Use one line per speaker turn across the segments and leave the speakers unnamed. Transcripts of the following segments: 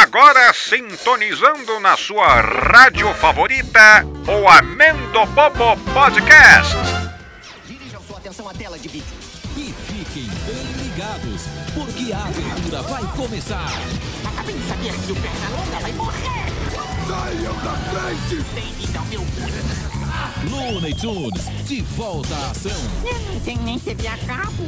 agora sintonizando na sua rádio favorita, o Amendo Bobo Podcast.
Dirijam sua atenção à tela de vídeo.
E fiquem bem ligados, porque a aventura vai começar.
Acabei de saber que o Pernalonga vai morrer. Saiam da frente! Bem-vindo ao meu mundo.
Looney Tunes, de volta à ação.
Não tem nem TV a cabo.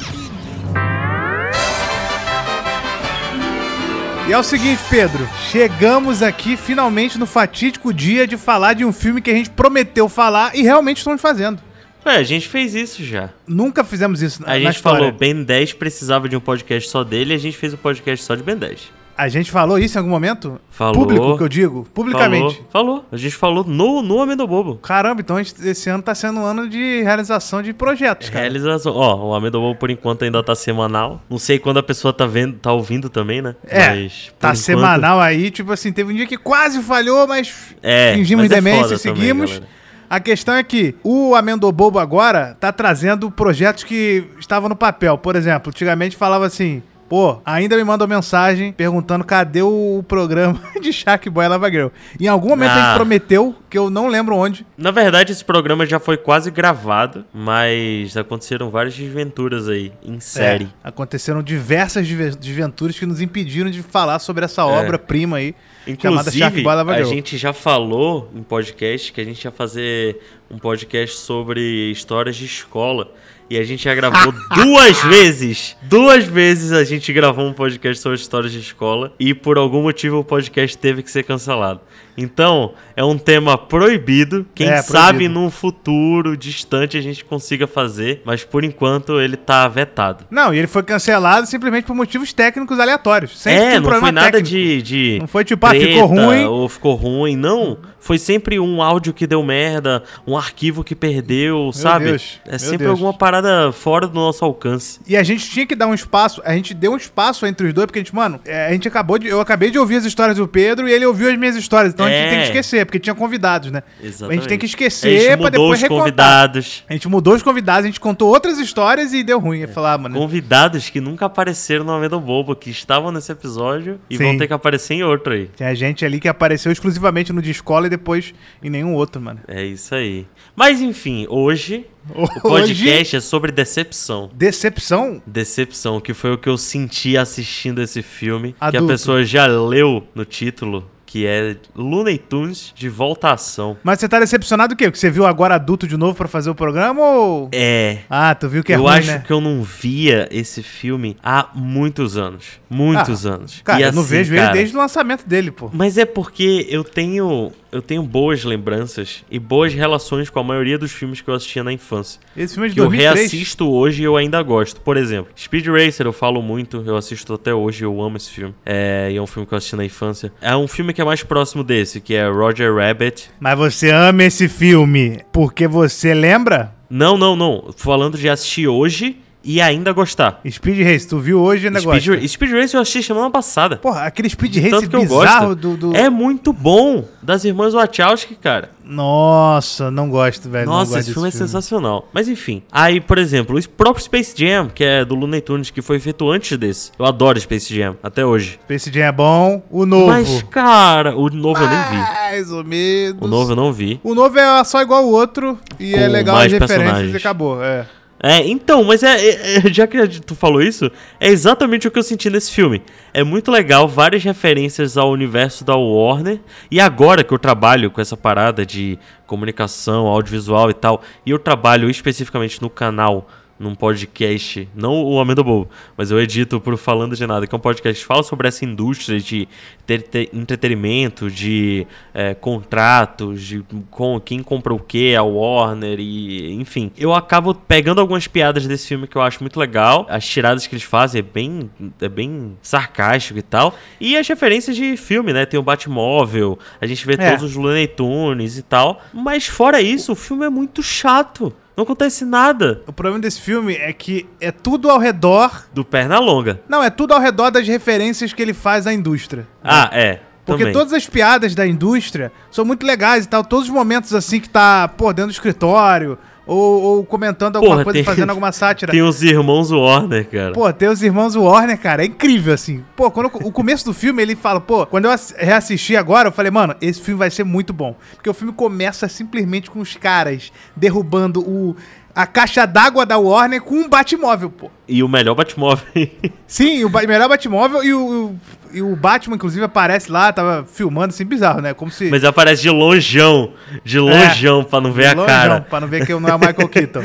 E é o seguinte, Pedro, chegamos aqui finalmente no fatídico dia de falar de um filme que a gente prometeu falar e realmente estamos fazendo.
Ué, a gente fez isso já.
Nunca fizemos isso
A gente falou Ben 10 precisava de um podcast só dele e a gente fez um podcast só de Ben 10.
A gente falou isso em algum momento?
Falou.
Público, que eu digo, publicamente.
Falou, falou. A gente falou no, no Amendo Bobo.
Caramba, então a gente- esse ano tá sendo um ano de realização de projetos, cara.
Realização. Ó, o Amendo Bobo por enquanto ainda tá semanal. Não sei quando a pessoa tá vendo, tá ouvindo também, né?
É,
Mas, por
tá
enquanto-
semanal aí, tipo assim, teve um dia que quase falhou, mas
É,
fingimos
mas é
demência
foda
e seguimos.
também, galera.
a questão é que o Amendobobo agora tá trazendo projetos que estavam no papel. Por exemplo, antigamente falava assim, pô, ainda me mandam mensagem perguntando cadê o programa de Shark Boy Lava Girl. Em algum momento a gente
Ah.
prometeu, que eu não lembro onde,
Na verdade, esse programa já foi quase gravado, mas aconteceram várias desventuras aí, em série.
É, aconteceram diversas dive- desventuras que nos impediram de falar sobre essa obra-prima aí, chamada Shark
É. Inclusive,
Boy Lava
a
Girl.
gente já falou em podcast que a gente ia fazer um podcast sobre histórias de escola. E a gente já gravou duas vezes. Duas vezes a gente gravou um podcast sobre histórias de escola. E por algum motivo o podcast teve que ser cancelado. Então, é um tema proibido. Quem
É,
sabe
proibido.
num futuro distante a gente consiga fazer. Mas por enquanto ele tá vetado.
Não, e ele foi cancelado simplesmente por motivos técnicos aleatórios. Sem
é,
nenhum
não foi nada
um técnico.
de, de.
Não foi tipo, ah, ficou
treta
ruim.
Ou ficou ruim, não. Foi sempre um áudio que deu merda, um arquivo que perdeu, sabe?
Deus,
é
meu
sempre
Deus.
alguma parada fora do nosso alcance.
E a gente tinha que dar um espaço, a gente deu um espaço entre os dois, porque a gente, mano, é, a gente acabou de. Eu acabei de ouvir as histórias do Pedro e ele ouviu as minhas histórias. Então a gente
É.
tem que esquecer, porque tinha convidados, né?
Exatamente.
A gente tem que
A gente
esquecer pra
mudou
depois
os
recontar.
convidados.
A gente mudou os convidados, a gente contou outras histórias e deu ruim.
É.
Eu falar, ah, mano.
Convidados que nunca apareceram no Amendo Bobo, que estavam nesse episódio e
Sim.
vão ter que aparecer em outro aí.
Tinha gente ali que apareceu exclusivamente no de escola e depois em nenhum outro, mano.
É isso aí. Mas enfim, hoje
Hoje-
o podcast é sobre decepção.
Decepção?
Decepção, que foi o que eu senti assistindo esse filme.
Adulto.
Que a pessoa já leu no título, que é Looney Tunes de volta à ação.
Mas você tá decepcionado o quê? Que você viu agora adulto de novo pra fazer o programa ou.
É.
Ah, tu viu que é
eu
ruim,
acho
né?
que eu não via esse filme há muitos anos. Muitos anos.
Ah, Cara,
E
eu não
assim,
vejo
cara,
ele desde o lançamento dele, pô.
Mas é porque eu tenho. Eu tenho boas lembranças e boas relações com a maioria dos filmes que eu assistia na infância.
Esse filme é de
que eu
2003.
reassisto hoje e eu ainda gosto. Por exemplo, Speed Racer eu falo muito, eu assisto até hoje, eu amo esse filme. É, e é um filme que eu assisti na infância. É um filme que é mais próximo desse, que é Roger Rabbit.
Mas você ama esse filme porque você lembra?
Não, não, não. Falando de assistir hoje e ainda gostar.
Speed Race, tu viu hoje o negócio?
Speed, Ra- Speed Racer eu assisti semana passada.
Porra, aquele Speed Race
Tanto que eu
bizarro
gosto.
do, do-
É muito bom. Das irmãs Wachowski, cara.
Nossa, não gosto, velho. não
Nossa,
gosto
esse filme é
desse
sensacional. Mas enfim. Aí, por exemplo, o próprio Space Jam, que é do Looney Tunes, que foi feito antes desse. Eu adoro Space Jam, até hoje.
Space Jam é bom, o novo.
Mas, cara, o novo eu nem vi.
Mais ou menos.
O novo eu não vi.
O novo é só igual o outro e é
Com
legal as
mais
referências
personagens.
e acabou. É.
É, então, mas é, é- é- já que tu falou isso, é exatamente o que eu senti nesse filme. É muito legal, várias referências ao universo da Warner. E agora que eu trabalho com essa parada de comunicação, audiovisual e tal, e eu trabalho especificamente no canal, num podcast, não o Homem do Bobo, mas eu edito pro Falando de Nada, que é um podcast que fala sobre essa indústria de ter- ter- entretenimento, de é, contratos, de com, quem comprou o que, a Warner e enfim. Eu acabo pegando algumas piadas desse filme que eu acho muito legal. As tiradas que eles fazem é bem, é bem sarcástico e tal. E as referências de filme, né? Tem o Batmóvel, a gente vê
É.
todos os Looney Tunes e tal. Mas fora isso, o filme é muito chato. Não acontece nada
O problema desse filme é que é tudo ao redor.
do Pernalonga.
Não, é tudo ao redor das referências que ele faz à indústria.
Ah, é.
Porque
também.
todas as piadas da indústria são muito legais e tal. Todos os momentos assim que tá, pô, dentro do escritório, ou, ou comentando alguma
Porra,
coisa,
tem-
fazendo alguma sátira.
Tem um- os irmãos Warner, cara.
Pô, tem os irmãos Warner, cara, é incrível, assim. Pô, quando eu- o começo do filme, ele fala, pô, quando eu ass- reassisti agora, eu falei, mano, esse filme vai ser muito bom. Porque o filme começa simplesmente com os caras derrubando o, a caixa d'água da Warner com um batmóvel, pô.
E o melhor Batmóvel.
Sim, o ba- melhor Batmóvel e o, e o Batman, inclusive, aparece lá, tava filmando, assim, bizarro, né? Como se...
Mas aparece de longeão.
É.
De longeão, pra não ver a
Longeão,
cara.
Pra não ver que eu não é o Michael Keaton.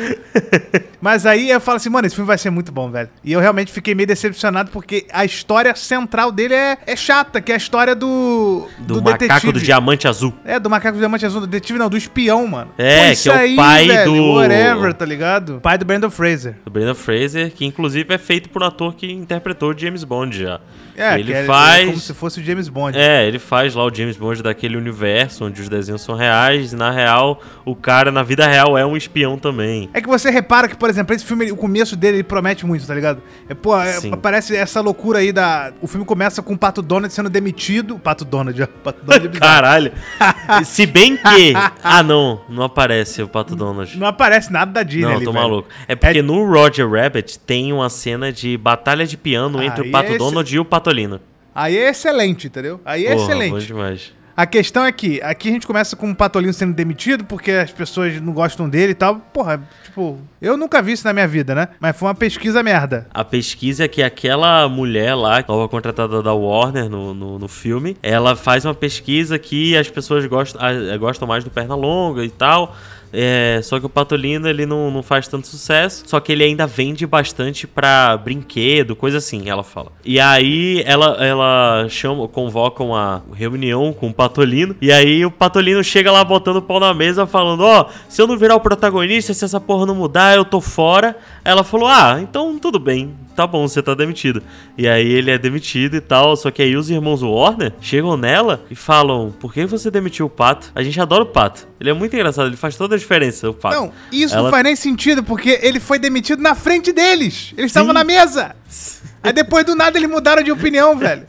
Mas aí eu falo assim, mano, esse filme vai ser muito bom, velho. E eu realmente fiquei meio decepcionado porque a história central dele é, é chata, que é a história do.
Do, macaco do diamante azul.
É, do macaco do diamante azul, do detetive não, do espião, mano.
É, que
isso
é o pai do-
Whatever, tá ligado? Pai do Brandon Fraser.
Do Brendan Fraser, que inclusive é feito por um ator que interpretou o James Bond já.
É,
ele
que é-
faz.
é como se fosse o James Bond.
É, ele faz lá o James Bond daquele universo onde os desenhos são reais e na real o cara na vida real é um espião também.
É que você repara que, por exemplo, esse filme, o começo dele, ele promete muito, tá ligado? É, pô, é,
Sim.
parece essa loucura aí da. O filme começa com o Pato Donald sendo demitido. O Pato Donald, ó. O Pato Donald é bizarro.
Caralho. Se bem que. Ah, não, não aparece o Pato Donald.
Não aparece nada da Disney
Não,
ali,
tô
velho.
maluco. É porque no Roger Rabbit tem uma cena de batalha de piano entre
Aí
o Pato
esse-
Donald e o Patolino.
Aí é excelente, entendeu? Aí é
Porra, bom
excelente.
demais.
A questão é que aqui a gente começa com o Patolino sendo demitido porque as pessoas não gostam dele e tal. Porra, tipo, eu nunca vi isso na minha vida, né? Mas foi uma pesquisa merda.
A pesquisa é que aquela mulher lá, nova contratada da Warner no, no, no filme, ela faz uma pesquisa que as pessoas gostam, ah, gostam mais do Pernalonga e tal. é, só que o Patolino ele não, não faz tanto sucesso, só que ele ainda vende bastante pra brinquedo, coisa assim, ela fala. E aí ela, ela chama, convoca uma reunião com o Patolino, e aí o Patolino chega lá botando o pau na mesa, falando: Ó, se eu não virar o protagonista, se essa porra não mudar, eu tô fora. Ela falou: Ah, então tudo bem, tá bom, você tá demitido. E aí ele é demitido e tal, só que aí os irmãos Warner chegam nela e falam: Por que você demitiu o pato? A gente adora o pato. Ele é muito engraçado, ele faz toda a diferença, o pato.
Não, isso
Ela-
não faz nem sentido porque ele foi demitido na frente deles. Eles estavam
Sim.
na mesa. Aí depois do nada eles mudaram de opinião, velho.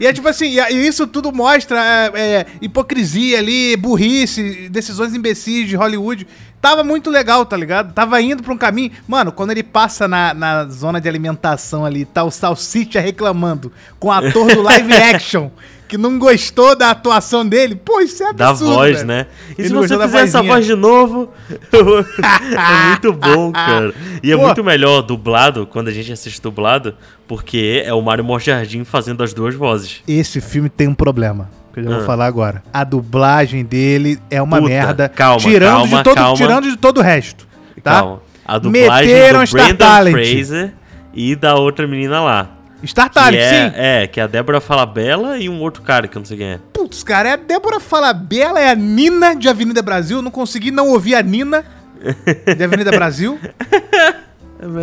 E é tipo assim, e a- e isso tudo mostra é, é, hipocrisia ali, burrice, decisões imbecis de Hollywood. Tava muito legal, tá ligado? Tava indo pra um caminho. Mano, quando ele passa na, na zona de alimentação ali, tá o Salsicha reclamando com o ator do live action que não gostou da atuação dele. Pô, isso é absurdo.
Da voz,
velho.
né? E
Ele
se
não
você
gostou da
fizer essa
vozinha.
voz de novo. é muito bom, cara. E é
Pô.
muito melhor dublado quando a gente assiste dublado, porque é o Mário Morjardim fazendo as duas vozes.
Esse filme tem um problema. Que eu já
Ah.
vou falar agora. A dublagem dele é uma
Puta,
merda.
calma,
tirando
calma,
de todo,
calma.
Tirando de todo o resto. Tá?
Calma. A dublagem
Meteram
do
Star
Brandon
Talent.
Fraser e da outra menina lá.
Star
Que
Talent,
é,
sim.
é, que é a Débora Falabella e um outro cara que eu não sei quem é.
Putz, cara, é a Débora Falabella, é a Nina de Avenida Brasil. Eu Não consegui não ouvir a Nina de Avenida Brasil.
É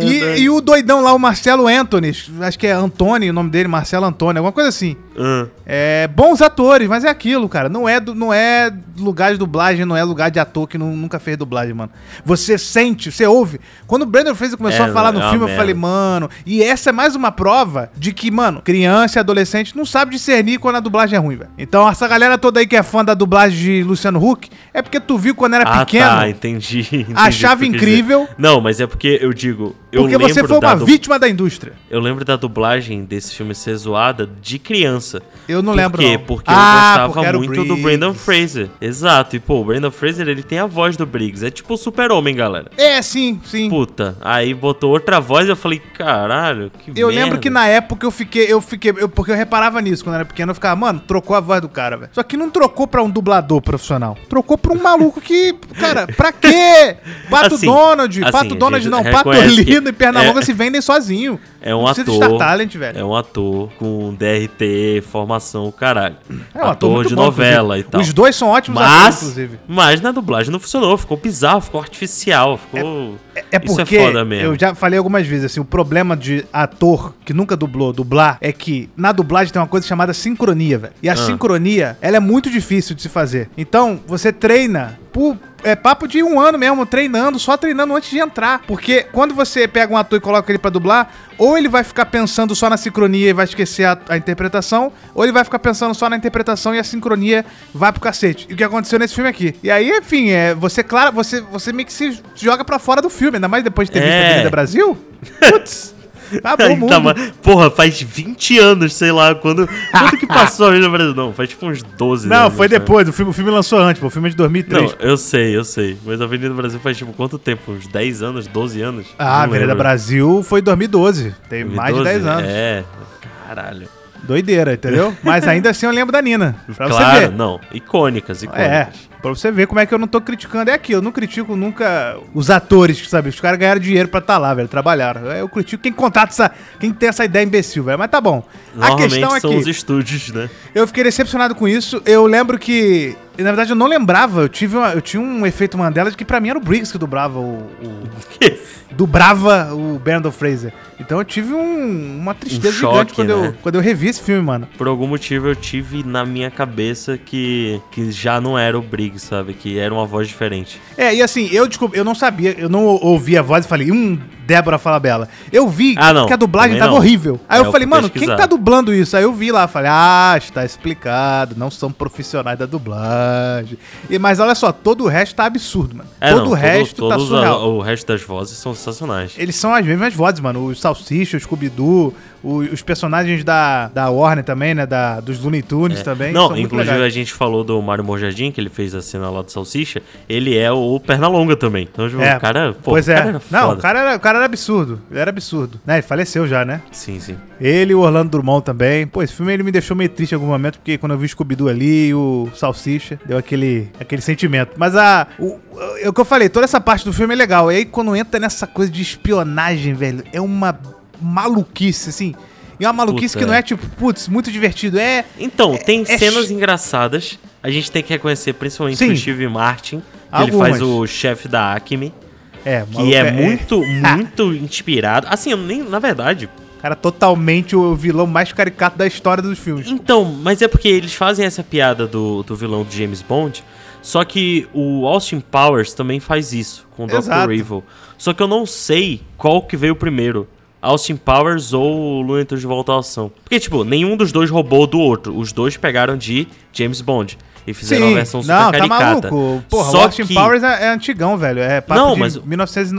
E, e o doidão lá, o Marcelo Anthony. Acho que é Antônio o nome dele, Marcelo Antônio, alguma coisa assim.
Ah,
É, bons atores, mas é aquilo, cara. Não é, du- não é lugar de dublagem, não é lugar de ator que nu- nunca fez dublagem, mano. Você sente, você ouve. Quando o Brandon Fraser começou
É,
a falar no
é uma
filme, eu
merda.
falei, mano. E essa é mais uma prova de que, mano, criança e adolescente não sabe discernir quando a dublagem é ruim, velho. Então, essa galera toda aí que é fã da dublagem de Luciano Huck é porque tu viu quando era
ah,
pequeno.
tá, entendi. entendi o que
Achava
tu quis
incrível.
dizer. Não, mas é porque eu digo. Eu
Porque
lembro
você foi
da
uma
dub-
vítima da indústria.
Eu lembro da dublagem desse filme ser zoada de criança.
Eu não
Por
lembro,
quê?
não.
Porque
Ah,
eu
porque
gostava
era o
muito do
Briggs.
Brandon Fraser. Exato. E, pô, o Brandon Fraser, ele tem a voz do Briggs. É tipo o super-homem, galera.
É, sim, sim.
Puta. Aí botou outra voz e eu falei, caralho, que
Eu
merda.
lembro que na época eu fiquei, eu fiquei, eu- porque eu reparava nisso quando era pequeno, eu ficava, mano, trocou a voz do cara, velho. Só que não trocou pra um dublador profissional, trocou pra um maluco que, cara, pra quê? Pato
Assim,
Donald,
assim,
Pato Donald
gente,
não, Pato
reconhece que
Lino e Pernalonga
é-
se vendem sozinho.
É um
Não
ator.
precisa de Star Talent, velho.
É um ator com DRT, formação, caralho.
É um ator muito
de
bom,
novela
inclusive.
e tal.
Os dois são ótimos
mas,
inclusive.
mas na dublagem não funcionou, ficou bizarro, ficou artificial, ficou.
É porque
Isso é foda mesmo.
eu já falei algumas vezes, assim, o problema de ator que nunca dublou, dublar, é que na dublagem tem uma coisa chamada sincronia, velho. E a sincronia, ela é muito difícil de se fazer. Então, você treina por é papo de um ano mesmo, treinando, só treinando antes de entrar. Porque quando você pega um ator e coloca ele pra dublar, ou ele vai ficar pensando só na sincronia e vai esquecer a, a interpretação, ou ele vai ficar pensando só na interpretação e a sincronia vai pro cacete. E o que aconteceu nesse filme aqui. E aí, enfim, é, você, claro, você, você meio que se joga pra fora do filme, ainda mais depois de ter
É.
visto a Avenida Brasil. Putz, acabou o
Aí
mundo.
tá, mas, porra, faz 20 anos, sei lá, quando. Quanto que passou a vida no Brasil? Não, faz tipo uns 12
Não,
anos,
foi
né?
depois, o filme, o filme lançou antes, pô, o filme é de 2003.
Não, eu sei, eu sei. Mas a Avenida Brasil faz tipo quanto tempo? Uns 10 anos, 12 anos?
Ah,
Não
Avenida
lembro.
Brasil foi em 2012. Tem mais de
2012?
10 anos.
É, caralho.
Doideira, entendeu? Mas ainda assim eu lembro da Nina. Pra
é. claro,
você ver.
não. Icônicas,
É,
icônicas.
pra você ver como é que eu não tô criticando. É aquilo, eu não critico nunca os atores, sabe? Os caras ganharam dinheiro pra tá lá, velho, trabalharam. Eu critico quem contrata essa, quem tem essa ideia imbecil, velho. Mas tá bom. A
Normalmente
questão é
são os
que
estúdios, né?
eu fiquei decepcionado com isso. Eu lembro que, na verdade eu não lembrava, eu tive uma- eu tinha um efeito Mandela de que pra mim era o Briggs que dublava o, o dubrava o Brandon Fraser. Então eu tive um- uma tristeza
choque,
gigante quando, eu,
né?
quando eu revi esse filme, mano.
Por algum motivo eu tive na minha cabeça que, que já não era o Briggs, sabe? Que era uma voz diferente.
É, e assim, eu desculpa, eu não sabia, eu não ou- ouvi a voz e falei, hum, Débora fala bela. Eu vi
Ah, não,
que a dublagem
também
tava
não.
horrível. Aí
É,
eu
eu
falei,
fui
mano, quem
pesquisar.
tá dublando isso? Aí eu vi lá, falei, ah, está explicado, não são profissionais da dublagem. E, mas olha só, todo o resto tá absurdo, mano.
É,
todo
não,
o resto tá
todos a-
surreal.
o resto das vozes são sensacionais.
Eles são as mesmas vozes, mano. Os Salsicha, o Scooby-Doo, o- os personagens da, da Warner também, né? Da, dos Looney Tunes também. que
É. Não,
são muito
inclusive
legais.
a gente falou do Mário Morjadim, que ele fez a cena lá do Salsicha. Ele é o Pernalonga também. Então, tipo,
É,
o cara. Pô,
pois
o
é.
cara era
Não, o
foda.
cara, era, o cara era absurdo. Ele era absurdo. Né, ele faleceu já, né?
Sim, sim.
Ele e o Orlando Drummond também. Pô, esse filme ele me deixou meio triste em algum momento, porque quando eu vi o Scooby-Doo ali e o Salsicha, deu aquele, aquele sentimento. Mas a, o, é o que eu falei, toda essa parte do filme é legal. E aí quando entra nessa coisa de espionagem, velho, é uma maluquice, assim. E é uma maluquice
Puta,
que não
é.
é tipo, putz, muito divertido. É,
Então, tem
é
cenas
chi-
engraçadas. A gente tem que reconhecer principalmente
Sim.
o Steve Martin, que ele
Algumas.
faz o chefe da Acme,
é, Ah, maluco,
que é, muito, muito inspirado. Assim, eu nem, na verdade.
Cara, totalmente o vilão mais caricato da história dos filmes.
Então, mas é porque eles fazem essa piada do, do vilão do James Bond. Só que o Austin Powers também faz isso com o Dr.
Exato.
Evil. Só que eu não sei qual que veio primeiro. Austin Powers ou o Looney Tunes de Volta à Ação. Porque, tipo, nenhum dos dois roubou do outro. Os dois pegaram de James Bond. E fizeram a versão super
não, tá
caricata.
maluco. Porra,
Só
o Austin
que
Powers é, é antigão, velho. É papo
Não,
de
mas-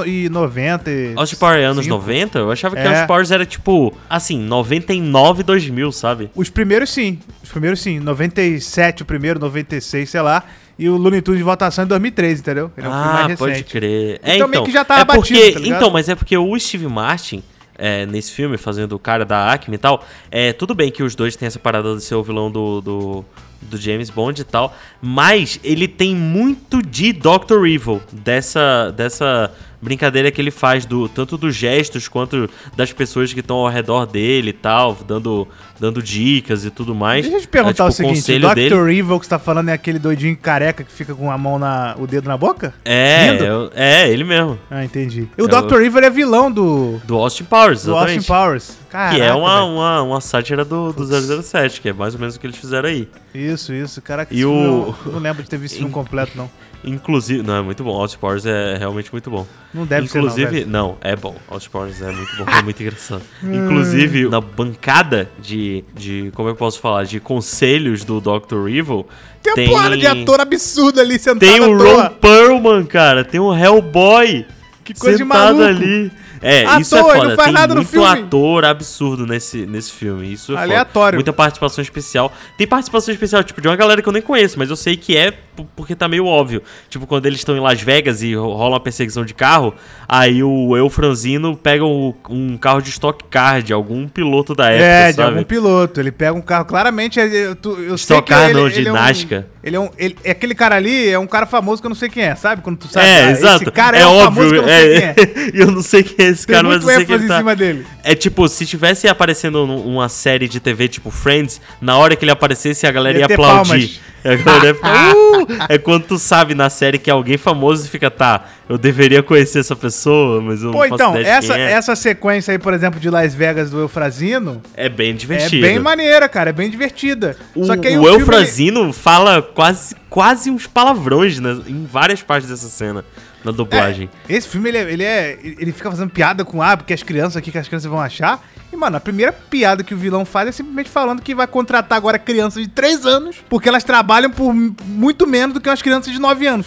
1990 e...
Austin Powers é anos
cinco.
90? Eu achava que
É.
Austin Powers era, tipo, assim, 99, 2000, sabe?
Os primeiros sim. Os primeiros sim. 97 o primeiro, 96, sei lá. E o Looney Tunes de votação em 2003, entendeu? Ele é um filme
ah,
mais
pode
recente.
crer. É,
Então
então,
meio que já tá
é
abatido,
porque,
tá ligado?
Então, mas é porque o Steve Martin, é, nesse filme, fazendo o cara da Acme e tal, é, tudo bem que os dois têm essa parada de ser o vilão do, do, do James Bond e tal, mas ele tem muito de Dr. Evil, dessa, dessa brincadeira que ele faz, do tanto dos gestos quanto das pessoas que estão ao redor dele e tal, dando, dando dicas e tudo mais.
Deixa eu te perguntar
É, tipo,
o seguinte, o
conselho
Dr.
dele-
Evil que você tá falando é aquele doidinho careca que fica com a mão na... o dedo na boca?
É,
Lindo?
eu- é, ele mesmo.
Ah, entendi. E o
Eu-
Dr. Evil é vilão do...
Do Austin Powers,
Do Austin
exatamente.
Powers. Caraca,
Que é uma,
velho.
uma, uma sátira do, do 007, que é mais ou menos o que eles fizeram aí.
Isso, isso. Caraca,
E
esse
o-
filme eu- eu não lembro de ter visto esse filme completo, não.
Inclusive. Não, é muito bom. Austin Powers é realmente muito bom.
Não deve ser, não,
Inclusive,
velho.
não, é bom. Austin Powers é muito bom, é muito engraçado.
Hum.
Inclusive, na bancada de, de. Como é eu posso falar? De conselhos do Dr. Evil.
Tem uma porrada de ator absurdo ali sentado
Tem o
à toa.
Ron Perlman, cara. Tem o Hellboy.
Que coisa de
sentado
maluco.
ali. É,
À
isso
toa,
é
ele
foda.
não faz
Tem
nada no
muito
filme.
ator absurdo nesse, nesse filme. Isso é foda.
Aleatório.
Muita participação especial. Tem participação especial, tipo, de uma galera que eu nem conheço, mas eu sei que é p- porque tá meio óbvio. Tipo, quando eles estão em Las Vegas e ro- rola uma perseguição de carro, aí o Eu Franzino pega um, um carro de stock car de algum piloto da época,
É, de
sabe?
algum piloto. Ele pega um carro, claramente, ele- eu, tu- eu sei que
Estocar,
ele,
não,
ele
ginástica.
É um, ele é um, ele, é aquele cara ali é um cara famoso que eu não sei quem é, sabe? Quando tu sabe,
É,
ah,
exato.
esse cara é,
é,
um famoso que eu
óbvio.
não sei quem é.
é, E eu não sei quem é esse
Tem
cara, mas
muito
eu sei que
ênfase
ele
em
tá...
cima dele.
É tipo, se tivesse um, aparecendo num- uma série de TV tipo Friends, na hora que ele aparecesse, a galera
Ia
ia,
ter
aplaudir.
palmas.
E a galera deve ficar, "Uh!" É quando tu sabe na série que é alguém famoso e fica, tá, eu deveria conhecer essa pessoa, mas eu não
Pô,
faço
então,
ideia de
essa,
quem é.
essa sequência aí, por exemplo, de Las Vegas do Eufrazino,
É bem
é
divertido.
bem maneira, cara, é bem divertida.
O,
Só que aí
o
o filme,
Eufrazino fala quase, quase uns palavrões né, em várias partes dessa cena,
É,
na dublagem.
Esse filme, ele, é- ele é. Ele fica fazendo piada com ah, porque as crianças aqui que as crianças vão achar. E, mano, a primeira piada que o vilão faz é simplesmente falando que vai contratar agora crianças de 3 anos, porque elas trabalham por m- muito menos do que umas crianças de 9 anos.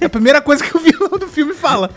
É a primeira coisa que o vilão do filme fala.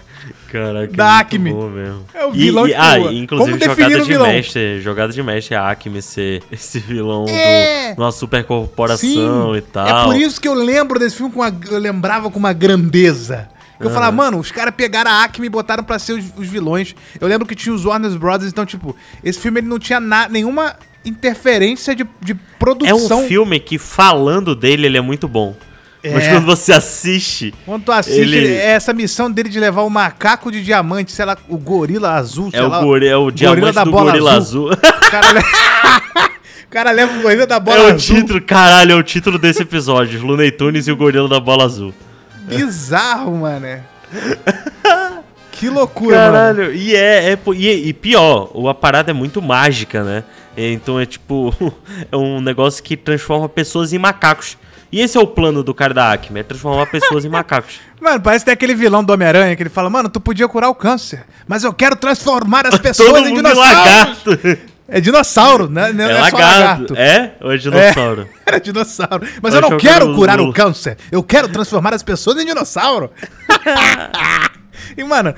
Caraca,
Da
é muito
Acme.
bom mesmo.
É o
E-
vilão
e,
de
Ah,
rua.
e inclusive
Como definir
jogada
o
de
vilão?
mestre, jogada de mestre é a Acme ser esse vilão
É.
do, de uma super corporação e tal.
É por isso que eu lembro desse filme com uma, eu lembrava com uma grandeza. Eu
Ah.
falava, mano, os caras pegaram a Acme e botaram pra ser os, os vilões. Eu lembro que tinha os Warner Brothers, então, tipo, esse filme ele não tinha na- nenhuma interferência de, de
É
produção.
um filme que falando dele ele é muito bom. Mas
É.
quando você assiste,
Quando tu assiste,
Ele-
é essa missão dele de levar o macaco de diamante, sei lá, o gorila azul,
é
sei
o,
lá.
gori, é o diamante
da
do
bola
gorila
azul.
azul.
O cara, le- o cara leva o gorila da bola
é o
azul.
título, caralho, é o título desse episódio. Looney Tunes e o gorila da bola azul.
Bizarro, mano. Que loucura, mano.
Caralho, e é, é po- e, e pior, o- a parada é muito mágica, né? Então é tipo, é um negócio que transforma pessoas em macacos. E esse é o plano do cara da Acme, é transformar pessoas em macacos.
Mano, parece até aquele vilão do Homem-Aranha que ele fala, mano, tu podia curar o câncer, mas eu quero transformar as pessoas
Todo
em
mundo é
dinossauros.
lagarto.
É dinossauro, né? Não
É,
é, só
lagarto.
lagarto.
É? Ou é dinossauro?
Era dinossauro. Mas
Vai
eu não
jogar
quero
no
curar o
Lula.
câncer. Eu quero transformar as pessoas em dinossauro. e, mano,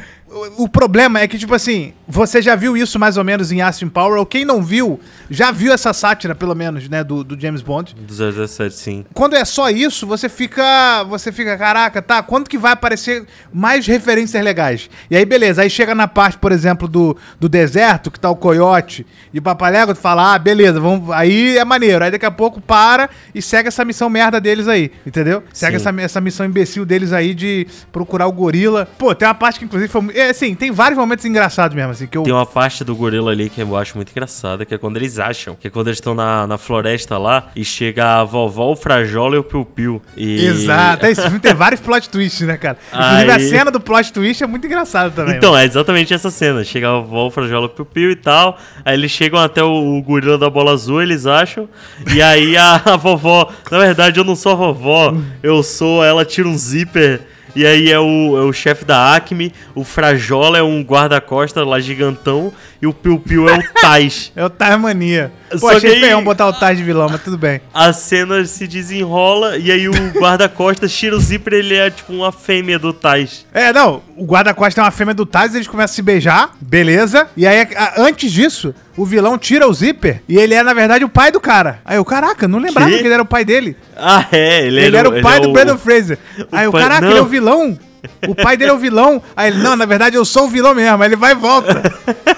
o, o problema é que, tipo assim, você já viu isso mais ou menos em Aston Power, ou quem não viu, já viu essa sátira, pelo menos, né, do- do James Bond.
217, sim.
quando é só isso, você fica. Você fica, caraca, tá? Quando que vai aparecer mais referências legais? E aí, beleza. Aí chega na parte, por exemplo, do, do deserto, que tá o coiote e o papalégua, tu fala, ah, beleza, vamos. Aí é maneiro. Aí daqui a pouco para e segue essa missão merda deles aí, entendeu? Segue
Sim.
essa, essa missão imbecil deles aí de procurar o gorila. Pô, tem uma parte que, inclusive, foi. mu- É assim, tem vários momentos engraçados mesmo, assim, que eu.
Tem um uma parte do gorila ali que eu acho muito engraçada, que é quando eles acham, que é quando eles estão na, na floresta lá e chega a vovó, o frajola e o piu-piu. E-
Exato, é isso. Tem vários plot twists, né, cara? Inclusive,
Aí-
a cena do plot twist é muito engraçada também.
Então, é exatamente essa cena. Chega a vovó, o frajola, o piu-piu e tal. Aí eles chegam até o, o gorila da bola azul, eles acham. E aí a, a vovó, na verdade eu não sou a vovó, eu sou. Ela tira um zíper. E aí é o, é o chefe da Acme, o Frajola é um guarda-costas lá gigantão e o Piu-Piu é o Tais.
É o Tais Mania. Pô,
Só
achei
que aí-
feião botar o Tais de vilão, mas tudo bem.
a cena se desenrola e aí o guarda-costas tira o zíper ele é tipo uma fêmea do Tais.
É, não, o guarda-costas é uma fêmea do Tais, eles começam a se beijar, beleza. E aí, a- antes disso, o vilão tira o zíper e ele é, na verdade, o pai do cara. Aí eu, caraca, não lembrava que,
Quê?
ele era o pai dele.
Ah, é, ele,
Ele, era o
ele
pai
é
do Brandon Fraser. Aí eu,
pai-
caraca,
não.
ele é o vilão. O pai dele é o vilão. Aí ele, não, na verdade eu sou o vilão mesmo. Aí ele vai e volta.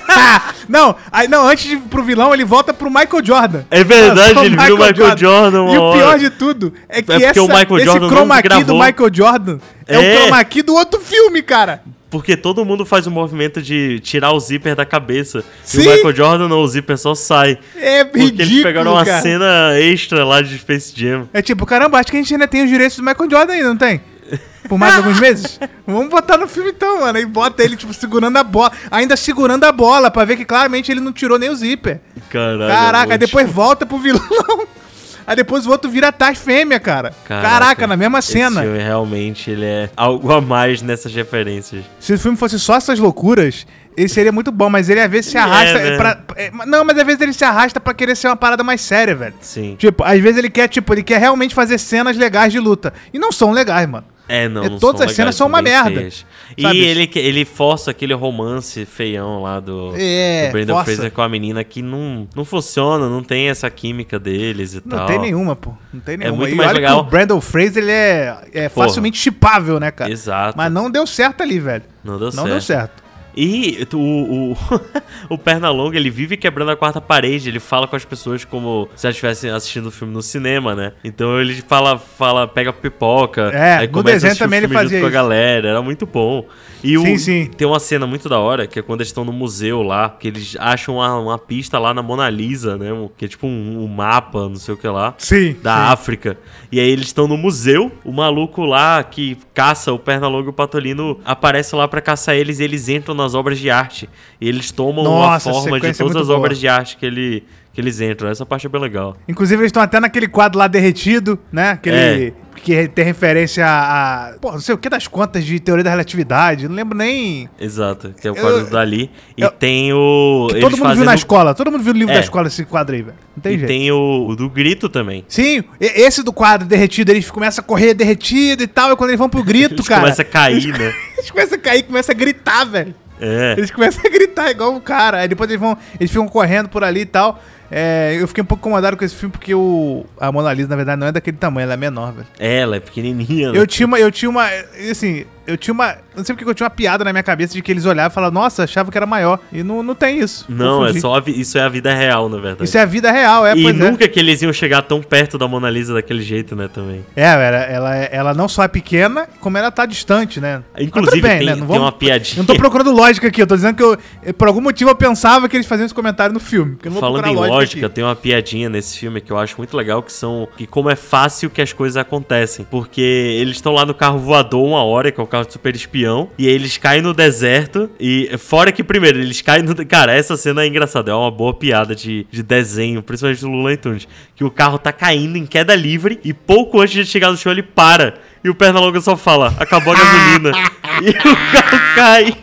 Ah, não, aí, não, antes de ir pro vilão, ele volta pro Michael Jordan.
É verdade,
Ah, só
ele viu o Michael Jordan uma
E o pior
hora.
de tudo é que
porque
essa,
o Michael
esse
Jordan não
chroma key do
gravou.
Michael Jordan é,
É.
o chroma key do outro filme, cara.
Porque todo mundo faz o movimento de tirar o zíper da cabeça. E
Sim.
o Michael Jordan não, o zíper só sai.
É
Porque eles pegaram
ridículo,
uma
cara.
cena extra lá de Space Jam.
É tipo, caramba, acho que a gente ainda tem os direitos do Michael Jordan ainda, não tem? Por mais alguns meses? Vamos botar no filme então, mano. Aí bota ele, tipo, segurando a bola. Ainda segurando a bola, pra ver que claramente ele não tirou nem o zíper.
Caralho.
Caraca, aí
amor.
depois volta pro vilão. Aí depois o outro vira atrás fêmea, cara. Caraca, na mesma cena.
Esse filme realmente ele é algo a mais nessas referências.
Se o filme fosse só essas loucuras, ele seria muito bom, mas ele às vezes se
Ele é,
arrasta.
né?
pra- é, mas- não, mas às vezes ele se arrasta pra querer ser uma parada mais séria, velho.
Sim.
Tipo, às vezes ele quer, tipo, ele quer realmente fazer cenas legais de luta. E não são legais, mano.
É, não,
É,
não
todas
são
as cenas
legais,
são uma
bem
merda,
feias.
sabe?
E ele, que- ele força aquele romance feião lá do,
É,
do Brandon
força.
Fraser com a menina que não, não funciona, não tem essa química deles e
Não
tal. É
tem nenhuma, pô. Não tem nenhuma.
muito
E
mais
olha que
legal.
o Brandon Fraser, ele é, é
Porra.
facilmente chipável, né, cara?
Exato.
Mas não deu certo ali, velho.
Não deu
Não deu certo.
E tu- o, o, o Pernalonga, ele vive quebrando a quarta parede, ele fala com as pessoas como se elas estivessem assistindo o filme no cinema, né? Então ele fala, fala pega pipoca,
É,
aí
no
começa a
desenho
assistir o
também ele
filme junto
fazia
com a
isso.
galera, era muito bom. E
Sim,
o,
sim.
tem uma cena muito da hora, que é quando eles estão no museu lá, que eles acham uma, uma pista lá na Mona Lisa, né? Um- Que é tipo um, um mapa, não sei o que lá
Sim.
da África. E aí eles estão no museu, o maluco lá que caça o Pernalongo e o Patolino aparece lá pra caçar eles e eles entram nas obras de arte. E eles tomam
Nossa,
a
a
forma de
sequência é
todas
muito
as
boa.
obras de arte que, ele, que eles entram. Essa parte é bem legal.
Inclusive, eles estão até naquele quadro lá derretido, né?
É.
Aquele. Que tem referência a, a- Pô, não sei o que das contas de teoria da relatividade. Não lembro nem.
Exato, que é o quadro
Eu-
dali. E
eu-
tem o.
Que
eles
todo mundo viu
fazendo-
na escola. Todo mundo viu no livro
É.
da escola esse quadro aí, velho. Não tem
E
jeito.
tem o, o do grito também.
Sim, e- esse do quadro derretido, eles começam a correr derretido e tal. E quando eles vão pro grito,
Eles
cara.
começam a cair, né?
Eles começam a cair, começam a gritar, velho.
É.
Eles começam a gritar igual um cara. Aí depois eles vão. Eles ficam correndo por ali e tal. É, eu fiquei um pouco incomodado com esse filme porque o, a Mona Lisa, na verdade, não é daquele tamanho, ela é menor, velho.
Ela é pequenininha. né?
Eu tinha uma. Eu tinha uma. Assim, eu tinha uma. Não sei porque que eu tinha uma piada na minha cabeça de que eles olhavam e falavam, nossa, achava que era maior. E não, não tem isso.
Não, é
Confundi.
só a vi- isso é a vida real, na verdade.
Isso é a vida real, é,
e
pois
nunca que eles iam chegar tão perto da Mona Lisa daquele jeito, né, também.
é. É, ela, ela, ela não só é pequena, como ela tá distante, né?
Inclusive,
Mas tudo
tem- tem uma piadinha.
Não tô procurando lógica aqui, eu tô dizendo que eu, eh, por algum motivo, eu pensava que eles faziam esse comentário no filme. porque eu não vou
Falando em
procurar
lógica,
aqui.
tem uma piadinha nesse filme que eu acho muito legal, que são que como é fácil que as coisas acontecem, porque eles estão lá no carro voador uma hora, que é o carro de super espião, e aí eles caem no deserto e fora que primeiro eles caem no, cara, essa cena é engraçada, é uma boa piada de, de desenho, principalmente do Lula Tunes, que o carro tá caindo em queda livre e pouco antes de chegar no chão ele para e o Pernalonga só fala: "Acabou a gasolina". e o carro cai.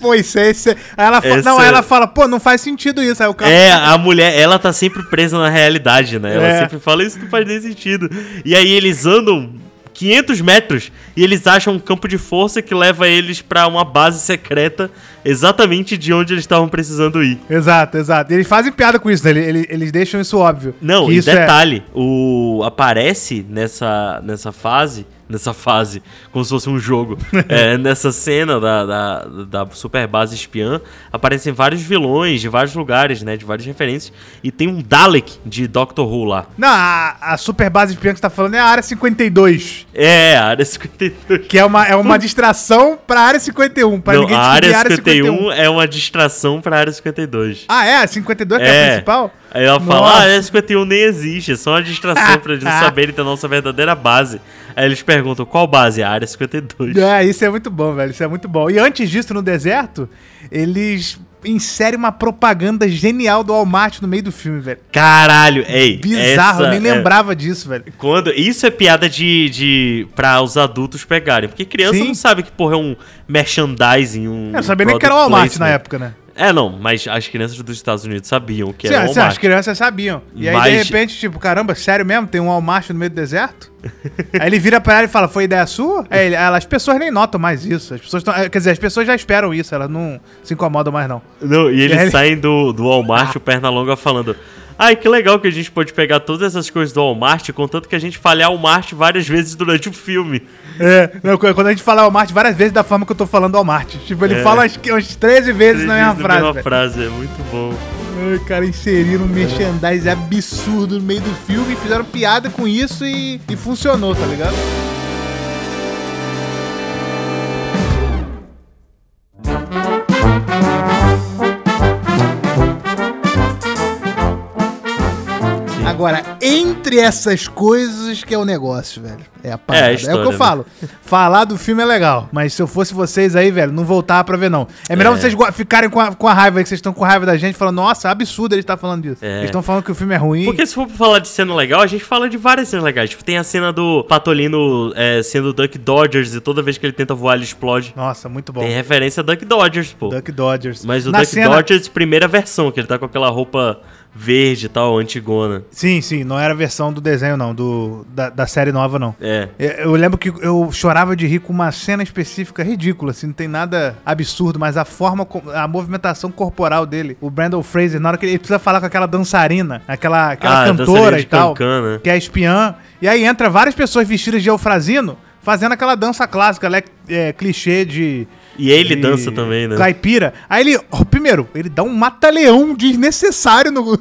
Pô, isso é. Isso é- Aí ela fa-
Essa
Não, aí
é-
ela fala, pô, não faz sentido isso. Aí o cara.
É, a mulher, ela tá sempre presa na realidade, né? Ela
É.
sempre fala, isso não faz nem sentido. E aí eles andam 500 metros e eles acham um campo de força que leva eles pra uma base secreta exatamente de onde eles estavam precisando ir.
Exato, exato. Eles fazem piada com isso, né? Ele- ele- Eles, deixam isso óbvio.
Não,
Que
e
isso é-
detalhe, o aparece nessa, nessa fase, nessa fase, como se fosse um jogo, é, nessa cena da, da, da super base espiã, aparecem vários vilões de vários lugares, né, de várias referências, e tem um Dalek de Doctor Who lá.
Não, a, a super base de piano que você tá falando é a área 52.
É, a área 52.
Que é uma, é uma distração pra área 51. Pra
Hum. Não,
ninguém
a
descobrir
área 51 é uma distração pra área 52.
um. Ah, é? A 52 que é a principal?
Aí ela fala, ah,
Nossa.
a área 51 nem existe, é só uma distração pra eles não saberem da nossa verdadeira base. Aí eles perguntam, qual base? A área 52.
É, isso é muito bom, velho. Isso é muito bom. E antes disso, no deserto, eles inserem uma propaganda genial do Walmart no meio do filme, velho.
Caralho, ei.
Bizarro,
essa
eu nem
é-
lembrava disso, velho.
Quando, isso é piada de, de. pra os adultos pegarem. Porque criança
Sim.
não sabe que porra é um merchandising, um.
Eu não sabia nem que era o
product
Walmart na
placement.
época, né?
É, não, mas as crianças dos Estados Unidos sabiam que
Sim,
era o
sim, as
Walmart.
crianças sabiam. E aí, de
Mas-
repente, tipo, caramba, sério mesmo? Tem um Walmart no meio do deserto? aí ele vira pra ela e fala, foi ideia sua? Aí ele, ela, as pessoas nem notam mais isso. As pessoas tão, eh, quer dizer, as pessoas já esperam isso, elas não se incomodam mais, não.
Não, e eles
Ele-
saem do, do Walmart, o Pernalonga falando. Ai, que legal que a gente pode pegar todas essas coisas do Walmart, contanto que a gente falhar o Walmart várias vezes durante o filme.
É, não, quando a gente fala Walmart várias vezes da forma que eu tô falando Walmart. Tipo, ele
É.
fala acho que umas 13 vezes na mesma
Três vezes
é frase.
mesma
velho.
frase, é muito bom.
Ai, cara, inseriram um merchandising absurdo no meio do filme, fizeram piada com isso e, e funcionou, tá ligado? Agora, entre essas coisas que é o negócio, velho. É a parada. É,
história,
o que eu
né?
falo. Falar do filme é legal. Mas se eu fosse vocês aí, velho, não voltava pra ver, não. É melhor
É.
vocês gua- ficarem com a, com a raiva aí, que vocês estão com raiva da gente, falando, nossa, absurdo ele tá falando disso.
É.
Eles estão falando que o filme é ruim.
Porque se for pra falar de cena legal, a gente fala de várias cenas legais. Tipo, tem a cena do Patolino é, sendo Duck Dodgers e toda vez que ele tenta voar, ele explode.
Nossa, muito bom.
Tem referência a Duck Dodgers, pô.
Duck Dodgers.
Mas o
Na
Duck Dodgers, primeira versão, que ele tá com aquela roupa verde e tal, antigona.
Sim, sim, não era a versão do desenho, não, do, da, da série nova, não.
É.
Eu, eu lembro que eu chorava de rir com uma cena específica ridícula, assim, não tem nada absurdo, mas a forma, co- a movimentação corporal dele. O Brandon Fraser, na hora que ele precisa falar com aquela dançarina, aquela, aquela
Ah, dançarina
cantora
de
e tal,
cancan, né?
que é a espiã. E aí entra várias pessoas vestidas de Eufrazino fazendo aquela dança clássica, ela é, é, clichê de.
E ele
de
dança também, né?
Caipira. Aí ele, ó, primeiro, ele dá um mata-leão desnecessário no,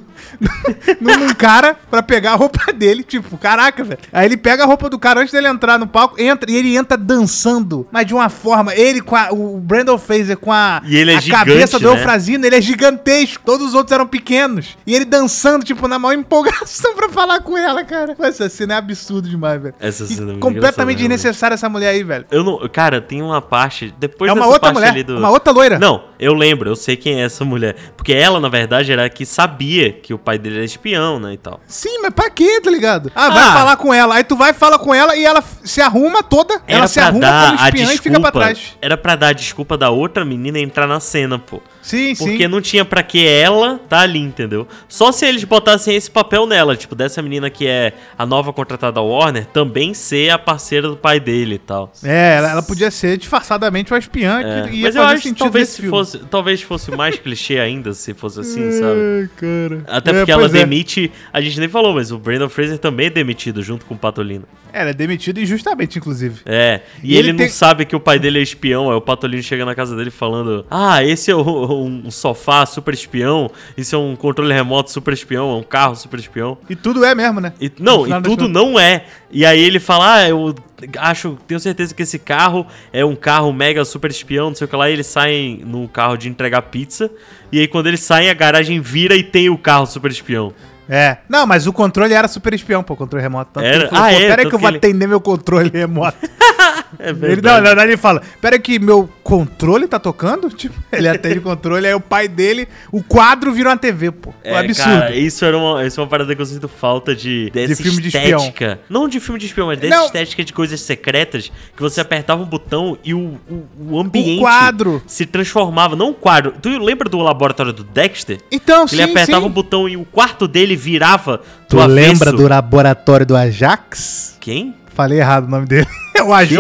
no, num cara pra pegar a roupa dele. Tipo, caraca, velho. Aí ele pega a roupa do cara antes dele entrar no palco, entra e ele entra dançando, mas de uma forma. Ele com a, o Brandon Fraser com a,
E ele é
a
gigante,
cabeça do
né?
Eufrazino, ele é gigantesco. Todos os outros eram pequenos. E ele dançando, tipo, na maior empolgação pra falar com ela, cara. Essa cena é absurdo demais, velho.
Essa
E
cena é muito
Completamente
engraçada, realmente.
desnecessária essa mulher aí, velho.
Eu não. Cara, tem uma parte. Depois
É uma
dessa
outra
parte
mulher,
ali do.
uma outra loira.
Não, eu lembro, eu sei quem é essa mulher. Porque ela, na verdade, era a que sabia que o pai dele era espião, né? E tal.
Sim, mas pra quê, tá ligado? Ah, vai
Ah.
falar com ela. Aí tu vai, fala com ela e ela f- se arruma toda. ela se arruma como espiã e fica pra trás.
Era pra dar a desculpa da outra menina entrar na cena, pô.
Sim,
Porque
sim.
não tinha pra que ela tá ali, entendeu? Só se eles botassem esse papel nela, tipo, dessa menina que é a nova contratada Warner, também ser a parceira do pai dele e tal.
É, ela, ela podia ser disfarçadamente uma espiã que ia
É. Mas eu
fazer
acho que
sentido
talvez,
nesse
se
filme.
fosse, talvez fosse mais clichê ainda se fosse assim, sabe?
Ai, cara.
Até
É,
porque ela
pois é.
demite. A gente nem falou, mas o Brandon Fraser também é demitido junto com o Patolino.
Ela é demitida injustamente, inclusive.
É. E,
E
ele,
ele
não
tem-
sabe que o pai dele é espião. Aí o Patolino chega na casa dele falando: Ah, esse é o- um sofá super espião. Isso é um controle remoto super espião. É um carro super espião.
E tudo é mesmo, né?
E-
No
não,
final
e
das
tudo
contas.
não é. E aí ele fala: Ah, eu acho, tenho certeza que esse carro é um carro mega super espião, não sei o que lá. E eles saem num carro de entregar pizza. E aí quando eles saem, a garagem vira e tem o carro super espião.
É. Não, mas o controle era super espião, pô, controle remoto. Tanto que
Era?
ele falou,
Ah,
pô,
é,
pera aí
tanto
que eu vou
que ele-
atender meu controle remoto.
É
Ele, né? não, na verdade ele fala, pera que meu controle tá tocando? Tipo, ele atende o controle, aí o pai dele, o quadro virou uma TV, pô. É, um
É,
absurdo.
Cara, isso, era uma, isso é uma parada que eu sinto falta de, dessa
filme de espião.
estética. Não de filme de espião, mas dessa
Não.
estética de coisas secretas que você apertava um botão e o, o, o ambiente
quadro.
se transformava. Não o quadro. Tu lembra do laboratório do Dexter?
Então,
Que ele apertava um botão e o quarto dele virava
Tu
do avesso.
lembra do laboratório do Ajax?
Quem?
Falei errado o nome dele. É o AJ.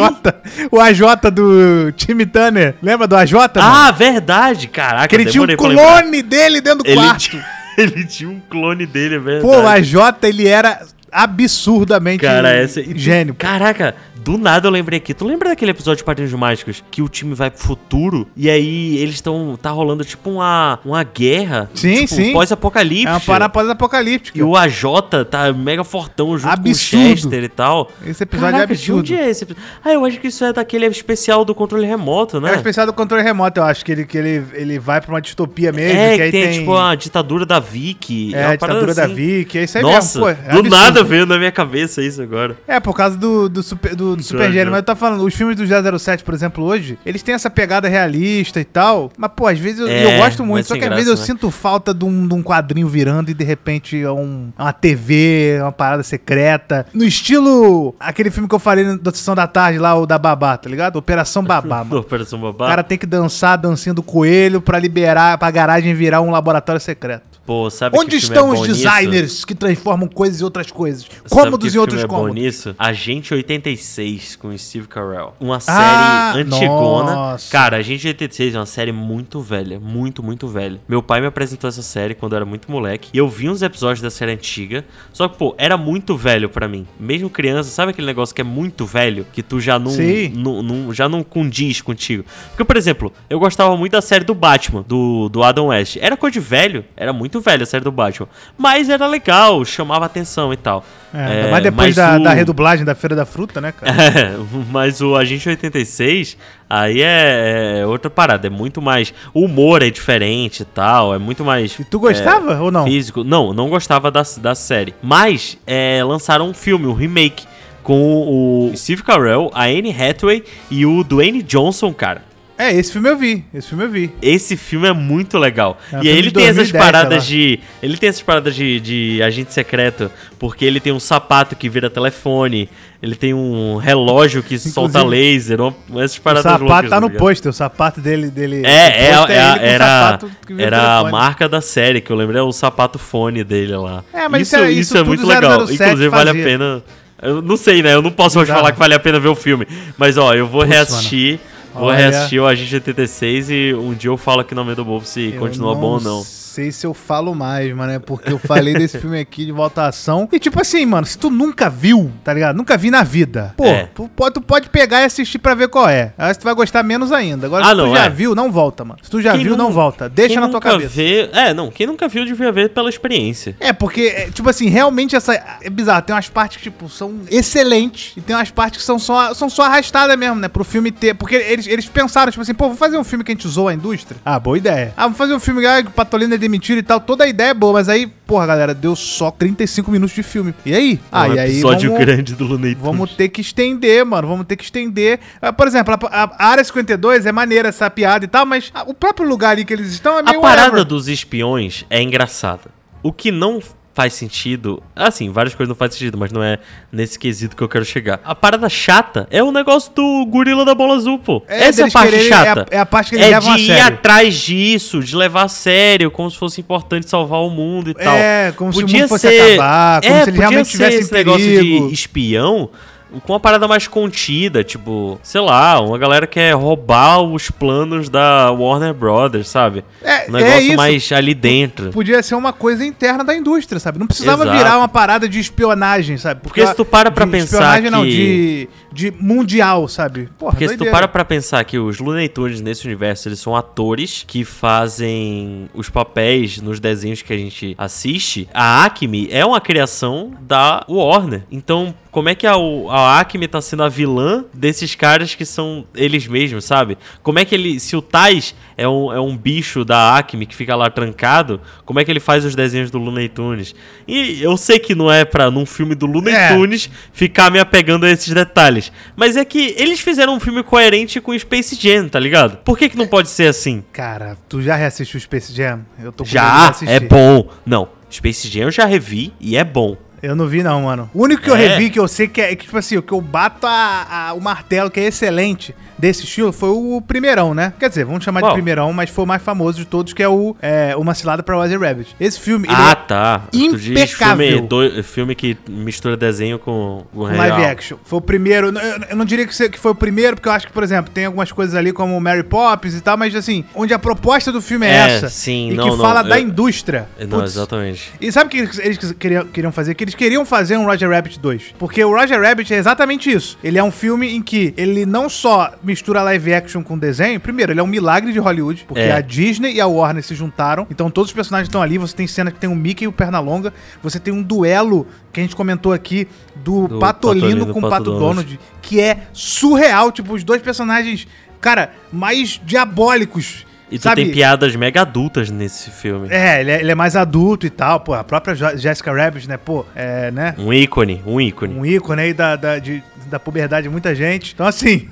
O AJ do time Tanner. Lembra do AJ? mano?
Ah, verdade! Caraca,
que ele Tá tinha um
demorei pra lembrar.
clone dele dentro do
Ele
quarto.
tinha, ele tinha um clone dele, é verdade.
Pô, o AJ, ele era absurdamente
Cara, essa. e tu-
gênio. pô.
Caraca, do nada eu lembrei aqui. Tu lembra daquele episódio de Padrinhos Mágicos que o time vai pro futuro e aí eles estão. Tá rolando tipo uma, uma guerra.
Sim,
tipo,
sim.
Pós-apocalipse.
É uma parada pós-apocalíptica.
E o AJ tá mega fortão junto
Absurdo.
com o Chester e tal.
Esse episódio é
de onde
absurdo.
é esse episódio? Ah, eu acho que isso é daquele especial do controle remoto, né?
É o especial do controle remoto, eu acho que ele, que ele, ele vai pra uma distopia mesmo.
É,
que
que
aí
tem,
tem,
tipo a ditadura da Vicky.
É,
uma
a ditadura
parada
da
assim.
Vicky, é isso aí
Nossa,
mesmo. é
do
absurdo.
nada veio na minha cabeça isso agora.
É, por causa do, do super, do, do super gênio.
né?
Mas eu tô falando, os filmes do 007, por exemplo, hoje, eles têm essa pegada realista e tal. Mas, pô, às vezes eu,
É,
eu gosto muito,
mas
só que
sem
às vezes eu
graça, né?
sinto falta de um, de um quadrinho virando e de repente é um, uma TV, uma parada secreta. No estilo aquele filme que eu falei na- da Sessão da Tarde lá, o da Babá, tá ligado? Operação Babá, mano.
Do Operação um Babá.
O cara tem que dançar a dancinha do coelho pra liberar, pra garagem virar um laboratório secreto.
Pô, sabe
Onde
que filme é
estão
bom
os
nisso?
designers que transformam coisas em outras coisas?
Sabe que
Cômodos em
filme
outros
é bom
cômodos.
nisso? Agente 86 com Steve Carell. Uma série
Ah,
antigona.
nossa.
Cara, Agente 86 é uma série muito velha, muito, muito velha. Meu pai me apresentou essa série quando eu era muito moleque e eu vi uns episódios da série antiga. Só que, pô, era muito velho pra mim. Mesmo criança, sabe aquele negócio que é muito velho que tu já não,
Sim.
não- não- já não condiz contigo? Porque, por exemplo, eu gostava muito da série do Batman, do, do Adam West. Era coisa de velho, era muito velho a série do Batman, mas era legal, chamava atenção e tal.
É,
É,
mas depois da,
o-
da redublagem da Feira da Fruta, né, cara?
É, mas o Agente 86, aí é, é outra parada. É muito mais. O humor é diferente e tal. É muito mais.
E tu gostava
É,
ou não?
Físico. Não, não gostava da, da série. Mas é, lançaram um filme, um remake. Com o Steve Carell, a Anne Hathaway e o Dwayne Johnson, cara.
É, esse filme eu vi. Esse filme eu vi.
Esse filme é muito legal.
É um
e aí
filme
ele
de
tem essas
2010, sei lá.
paradas de. Ele tem essas paradas de, de agente secreto, porque ele tem um sapato que vira telefone, ele tem um relógio que solta laser, uma- essas
O
paradas
sapato
loucas,
tá no
ligado?
pôster, o sapato dele. dele
É, é,
o pôster
é,
ele com o
era,
sapato que vira
era a
telefone.
marca da série, que eu lembro, é o sapato fone dele lá.
É, mas isso é- isso tudo 007
Inclusive, vale a
fazia.
pena. Eu não sei, né? Eu não posso hoje
Bizarro.
falar que vale a pena ver o filme. Mas, ó, eu vou
Putz,
reassistir. Vou
Olha.
reassistir o Agente 86 e um dia eu falo aqui no meio do bobo se
Eu
continua bom ou não.
sei se eu falo mais, mano, é porque eu falei desse filme aqui de volta à ação. E tipo assim, mano, se tu nunca viu, tá ligado? Nunca vi na vida. Pô,
É.
tu, pode, tu pode pegar e assistir pra ver qual é. Aí tu vai gostar menos ainda. Agora,
Ah,
se tu
não,
já
é.
viu, não volta, mano. Se tu já
Quem
viu, não
nu-
volta. Deixa
quem
na tua
nunca
cabeça.
Vê... É, não, quem nunca viu devia ver pela experiência.
É, porque, é, tipo assim, realmente essa. É bizarro. Tem umas partes que, tipo, são excelentes. E tem umas partes que são só, são só arrastadas mesmo, né? Pro filme ter. Porque eles, eles pensaram, tipo assim, pô, vou fazer um filme que a gente usou a indústria? Ah, boa ideia. Ah, vamos fazer um filme ah, que o Patolino é demitido e tal. Toda a ideia é boa, mas aí, porra, galera, deu só 35 minutos de filme. E aí? Ah,
É um
e aí.
episódio
vamos-
grande do Looney Tunes.
Vamos ter que estender, mano. Vamos ter que estender. Ah, Por exemplo, a- a, a Área 52 é maneira essa piada e tal, mas ah, o próprio lugar ali que eles estão é
A
meio
parada
whatever.
dos espiões é engraçada. O que não faz sentido. Assim, várias coisas não fazem sentido, mas não é nesse quesito que eu quero chegar. A parada chata é o negócio do gorila da bola azul, pô.
É,
Essa é a
deles
parte
quererem-
chata.
é a- é a parte que eles levam a
de ir
sério.
atrás disso, de levar a sério, como se fosse importante salvar o mundo e tal.
É, como se o
Podia
mundo fosse
ser-
acabar, como
é,
se eles
podia
realmente
ser
estivessem
esse
em perigo.
negócio de espião com uma parada mais contida, tipo, sei lá, uma galera quer roubar os planos da Warner Brothers, sabe?
É,
um negócio
é isso.
mais ali dentro.
Podia ser uma coisa interna da indústria, sabe? Não precisava
Exato.
virar uma parada de espionagem, sabe?
Porque se tu para pra
de
pensar
Espionagem não,
que-
de, de mundial, sabe? Porra,
Porque se tu
doideira.
para pra pensar que os Looney Tunes nesse universo, eles são atores que fazem os papéis nos desenhos que a gente assiste, a Acme é uma criação da Warner. Então, como é que a, a Acme tá sendo a vilã desses caras que são eles mesmos, sabe? Como é que ele... Se o Tais é um, é um bicho da Acme que fica lá trancado, como é que ele faz os desenhos do Looney Tunes? E eu sei que não é pra num filme do Looney
É.
Tunes Tunes ficar me apegando a esses detalhes. Mas é que eles fizeram um filme coerente com Space Jam, tá ligado? Por que, que não pode ser assim?
Cara, tu já reassistiu o Space Jam? Eu tô com
Já
medo de
é
assistir.
bom. Não, Space Jam eu já revi e é bom.
Eu não vi, não, mano. O único que eu
É.
revi que eu sei que é, que, tipo assim, o que eu bato a, a- o martelo, que é excelente desse estilo, foi o primeirão, né? Quer dizer, vamos chamar
Qual?
de primeirão, mas foi o mais famoso de todos, que é o é, Uma Cilada pra Roger Rabbit. Esse filme, ele
ah,
é
tá. Tu diz
impecável.
Filme, do- filme que mistura desenho com o
Um
real.
live action. Foi o primeiro. eu- Eu, eu não diria que se- que foi o primeiro, porque eu acho que, por exemplo, tem algumas coisas ali como Mary Poppins e tal, mas assim, onde a proposta do filme é,
É,
essa.
sim,
e
não,
que
não,
fala da
eu-
indústria.
É, Não,
Putz,
exatamente.
E sabe o que eles- eles queriam, queriam fazer? Que eles queriam fazer um Roger Rabbit 2. Porque o Roger Rabbit é exatamente isso. Ele é um filme em que ele não só mistura live action com desenho. Primeiro, ele é um milagre de Hollywood. Porque
É.
a Disney e a Warner se juntaram. Então todos os personagens estão ali. Você tem cena que tem o Mickey e o Pernalonga. Você tem um duelo que a gente comentou aqui do,
Do
Patolino
Patolino
com o
Pato
Pato Donald.
Donald.
Que é surreal. Tipo, os dois personagens, cara, mais diabólicos.
E tu tem piadas mega adultas nesse filme.
É ele, é, ele é mais adulto e tal, pô. A própria Jo- Jessica Rabbit, né, pô, é, né?
Um ícone, um ícone.
Um ícone aí da, da, de- da puberdade de muita gente. Então, assim.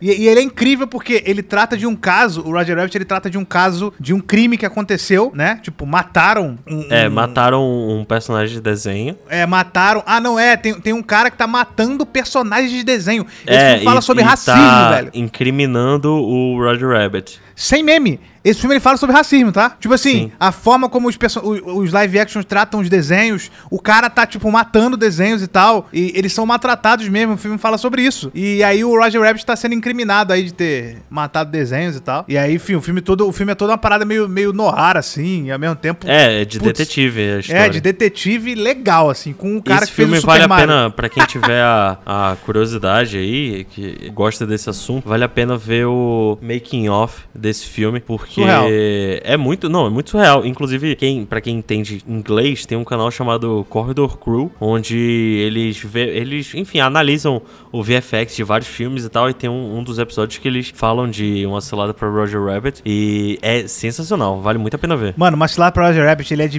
e, e ele é incrível porque ele trata de um caso, o Roger Rabbit, ele trata de um caso, de um crime que aconteceu, né? Tipo, mataram um.
É,
um-
mataram um personagem de desenho.
é, mataram. Ah, não, é. Tem, tem um cara que tá matando personagens de desenho. Esse
é,
filme fala
e-
sobre
e
racismo,
tá
velho.
incriminando o Roger Rabbit.
Sem meme. Esse filme ele fala sobre racismo, tá? Tipo assim,
Sim.
a forma como os, perso- o- os live actions tratam os desenhos, o cara tá, tipo, matando desenhos e tal, e eles são maltratados mesmo, o filme fala sobre isso. E aí o Roger Rabbit tá sendo incriminado aí de ter matado desenhos e tal. E aí, enfim, o filme todo, o filme é toda uma parada meio, meio noir, assim, e ao mesmo tempo...
É, é de
Putz,
detetive a história.
É, de detetive legal, assim, com o cara
Esse
que fez
filme
o Super
vale a
Mario.
pena, pra quem tiver a, a curiosidade aí, que gosta desse assunto, vale a pena ver o making off desse filme, porque
Surreal.
é muito, não, é muito surreal. Inclusive, quem, para quem entende inglês, tem um canal chamado Corridor Crew, onde eles vê, eles, enfim, analisam o VFX de vários filmes e tal, e tem um, um dos episódios que eles falam de uma selada pra Roger Rabbit, e é sensacional, vale muito a pena ver.
Mano, Mas Lá pra Roger Rabbit, ele é de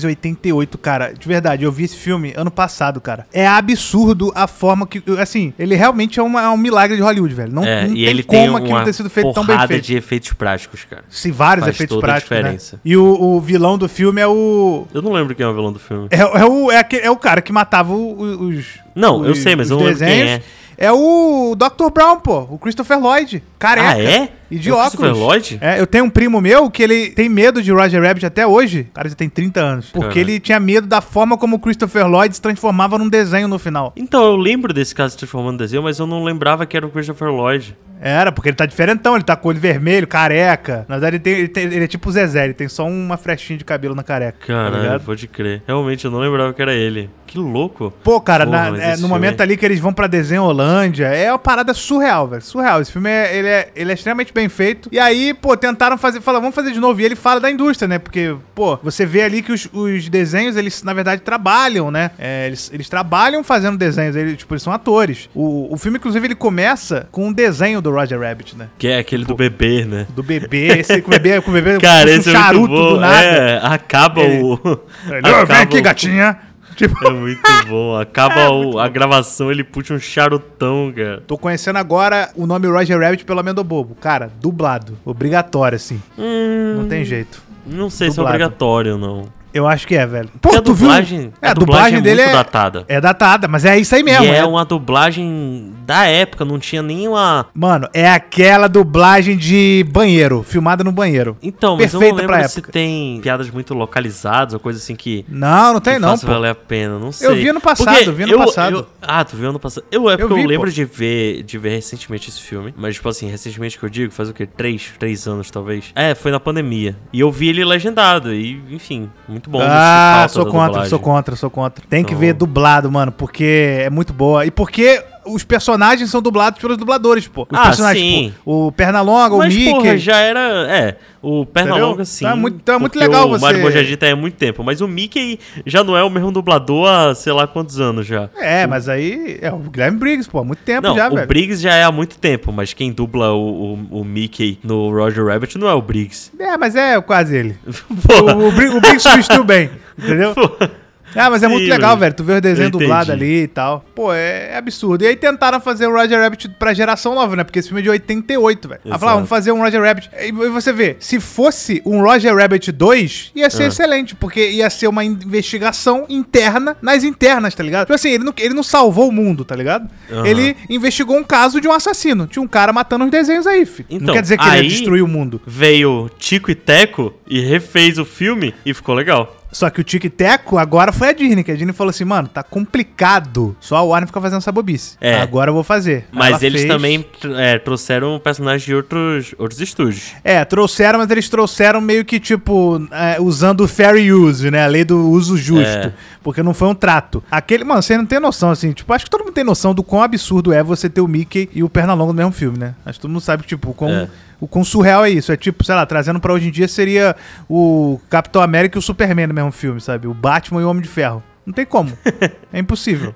1988, cara. De verdade, eu vi esse filme ano passado, cara. É absurdo a forma que. Assim, ele realmente é, uma- é um milagre de Hollywood, velho. Não,
É,
não
e ele tem
como
uma
aquilo ter sido feito tão bem
porrada
feito.
de efeitos práticos, cara.
Se vários
Faz
efeitos
toda a
práticos. né?
diferença.
E o, o vilão do filme é o.
Eu não lembro quem é o vilão do filme.
É, é o, é, aque- é o cara que matava o- o- os.
Não, eu
os- É
sei, mas
os
eu não lembro quem
desenhos. é. o Dr. Brown, pô. O Christopher Lloyd. Careca.
Ah, é?
E de
É o Christopher
óculos.
Lloyd?
É, eu tenho um primo meu que ele tem medo de Roger Rabbit até hoje. O cara já tem 30 anos. Porque
Caralho.
ele tinha medo da forma como o Christopher Lloyd se transformava num desenho no final.
Então, eu lembro desse caso se transformando em desenho, mas eu não lembrava que era o Christopher Lloyd.
Era, porque ele tá diferentão, ele tá com o olho vermelho, careca. Na verdade, ele, tem- ele tem- ele é tipo o Zezé, ele tem só uma frechinha de cabelo na careca. tá
Caralho,
ligado?
pode crer. Realmente, eu não lembrava que era ele. Que louco.
Pô, cara,
Porra,
na-
mas
é,
esse
no
filme
momento
aí-
ali que eles vão pra desenho Holândia, é uma parada surreal, velho. Surreal. Esse filme é, ele é, ele é extremamente bem feito. E aí, pô, tentaram fazer, falaram, vamos fazer de novo. E ele fala da indústria, né? Porque, pô, você vê ali que os, os desenhos, eles, na verdade, trabalham, né? É, eles, eles trabalham fazendo desenhos, eles, tipo, eles são atores. O, o filme, inclusive, ele começa com um desenho do Roger Rabbit, né?
Que é aquele do bebê, né?
Do bebê, esse com o bebê, com um o bebê,
Cara,
puxa
esse é muito bom. É, acaba
Ele-
o...
Ele, "Ó, vem
acaba
aqui,
o-
gatinha. Tipo,
É muito É bom. Acaba o- a gravação, ele puxa um charutão, cara.
Tô conhecendo agora o nome Roger Rabbit pelo Amendo Bobo. Cara, dublado. Obrigatório, assim.
Hum.
Não tem jeito.
Não sei se é
Dublado.
obrigatório ou não.
Eu acho que é, velho. Pô,
Porque a dublagem-
É,
a
a dublagem,
dublagem é
dele
muito
é
datada.
É datada, mas é isso aí mesmo.
e é
né?
uma dublagem da época, não tinha nenhuma.
Mano, é aquela dublagem de banheiro, filmada no banheiro.
Então, mas
Perfeita
eu não
pra
lembro se
época.
tem piadas muito localizadas ou coisa assim que.
Não, não tem
que
É, não,
faça
pô.
valer a pena, não sei.
Eu vi ano passado,
Porque
eu vi ano passado.
eu- ah, tu viu ano passado. Eu, é porque eu,
vi,
lembro
pô.
de ver, de ver recentemente esse filme. Mas, tipo assim, recentemente que eu digo, faz o quê? Três, três anos, talvez. É, foi na pandemia. E eu vi ele legendado. E, enfim, muito é bom.
ah,
Sinto falta
sou
da
contra,
dublagem.
sou contra, sou contra. Tem que
Então-
ver dublado, mano, porque é muito boa. E porque os personagens são dublados pelos dubladores, pô. Os
Ah,
personagens,
sim.
pô, o Pernalonga,
Mas,
o Mickey.
porra, já era. É, o Pernalonga
Entendeu?
sim.
Tá muito- tá muito
porque
legal
o
você-
Mário Bojadita é há muito tempo. Mas o Mickey já não é o mesmo dublador há sei lá quantos anos já.
É, mas aí é o Guilherme Briggs, pô, há muito tempo
Não,
já,
o
velho.
Briggs já é há muito tempo, mas quem dubla o, o- o Mickey no Roger Rabbit não é o Briggs.
É, mas é quase ele.
Porra.
O, o, Bri- o Briggs substituiu bem, entendeu? Ah, mas é
Sim,
muito legal,
velho.
velho. Tu vê o
Eu
desenho
entendi.
dublado ali e tal. Pô, é, é absurdo. E aí tentaram fazer o Roger Rabbit pra geração nova, né? Porque esse filme é de 88, velho. Aí
Exato.
falaram, vamos fazer um Roger Rabbit. E você vê, se fosse um Roger Rabbit 2, ia
É.
ser excelente, porque ia ser uma investigação interna nas internas, tá ligado? Tipo assim, ele não, ele não salvou o mundo, tá ligado?
Aham.
Ele investigou um caso de um assassino. Tinha um cara matando os desenhos aí, filho. não
Então,
quer dizer que ele
aí-
ia destruir o mundo.
Veio Tico e Teco e refez o filme e ficou legal.
Só que o Tic e Teco agora foi a Disney, que a Disney falou assim, mano, tá complicado. Só a Warner fica fazendo essa bobice.
É.
Agora eu vou fazer. Aí
Mas
ela
eles
fez-
também é, trouxeram personagens de outros, outros estúdios.
É, trouxeram, mas eles trouxeram meio que, tipo, é, usando o fair use, né? A lei do uso justo.
É.
Porque não foi um trato. Aquele, mano, você não tem noção, assim. Tipo, acho que todo mundo tem noção do quão absurdo é você ter o Mickey e o Pernalonga no mesmo filme, né? Acho que todo mundo sabe, tipo, o quão,
É.
o quão surreal é isso. É tipo, sei lá, trazendo pra hoje em dia seria o Capitão América e o Superman no mesmo filme, sabe? O Batman e o Homem de Ferro. Não tem como. É impossível.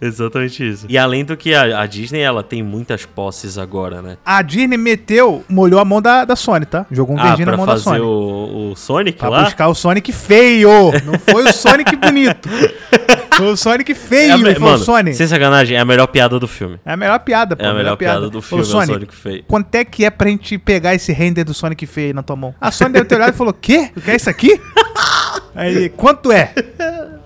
Exatamente isso. E além do que a, a Disney, ela tem muitas posses agora, né?
A Disney meteu, molhou a mão da, da Sony, tá? Jogou um
Ah,
verdinho
pra
na mão da
fazer
Sony.
o, o Sonic
Pra
lá?
buscar o Sonic feio. Não foi o Sonic bonito. Foi o Sonic
É a
feio.
me-
Ele falou,
Mano,
Sony.
sem sacanagem, é a melhor piada do filme.
É a melhor piada, pô.
É a melhor piada do
Falou,
filme, é o
Sony,
Sonic feio.
Quanto é que é pra gente pegar esse render do Sonic feio aí na tua mão? A Sony deve ter olhado e falou: Quê? Tu quer isso aqui? Aí, quanto é?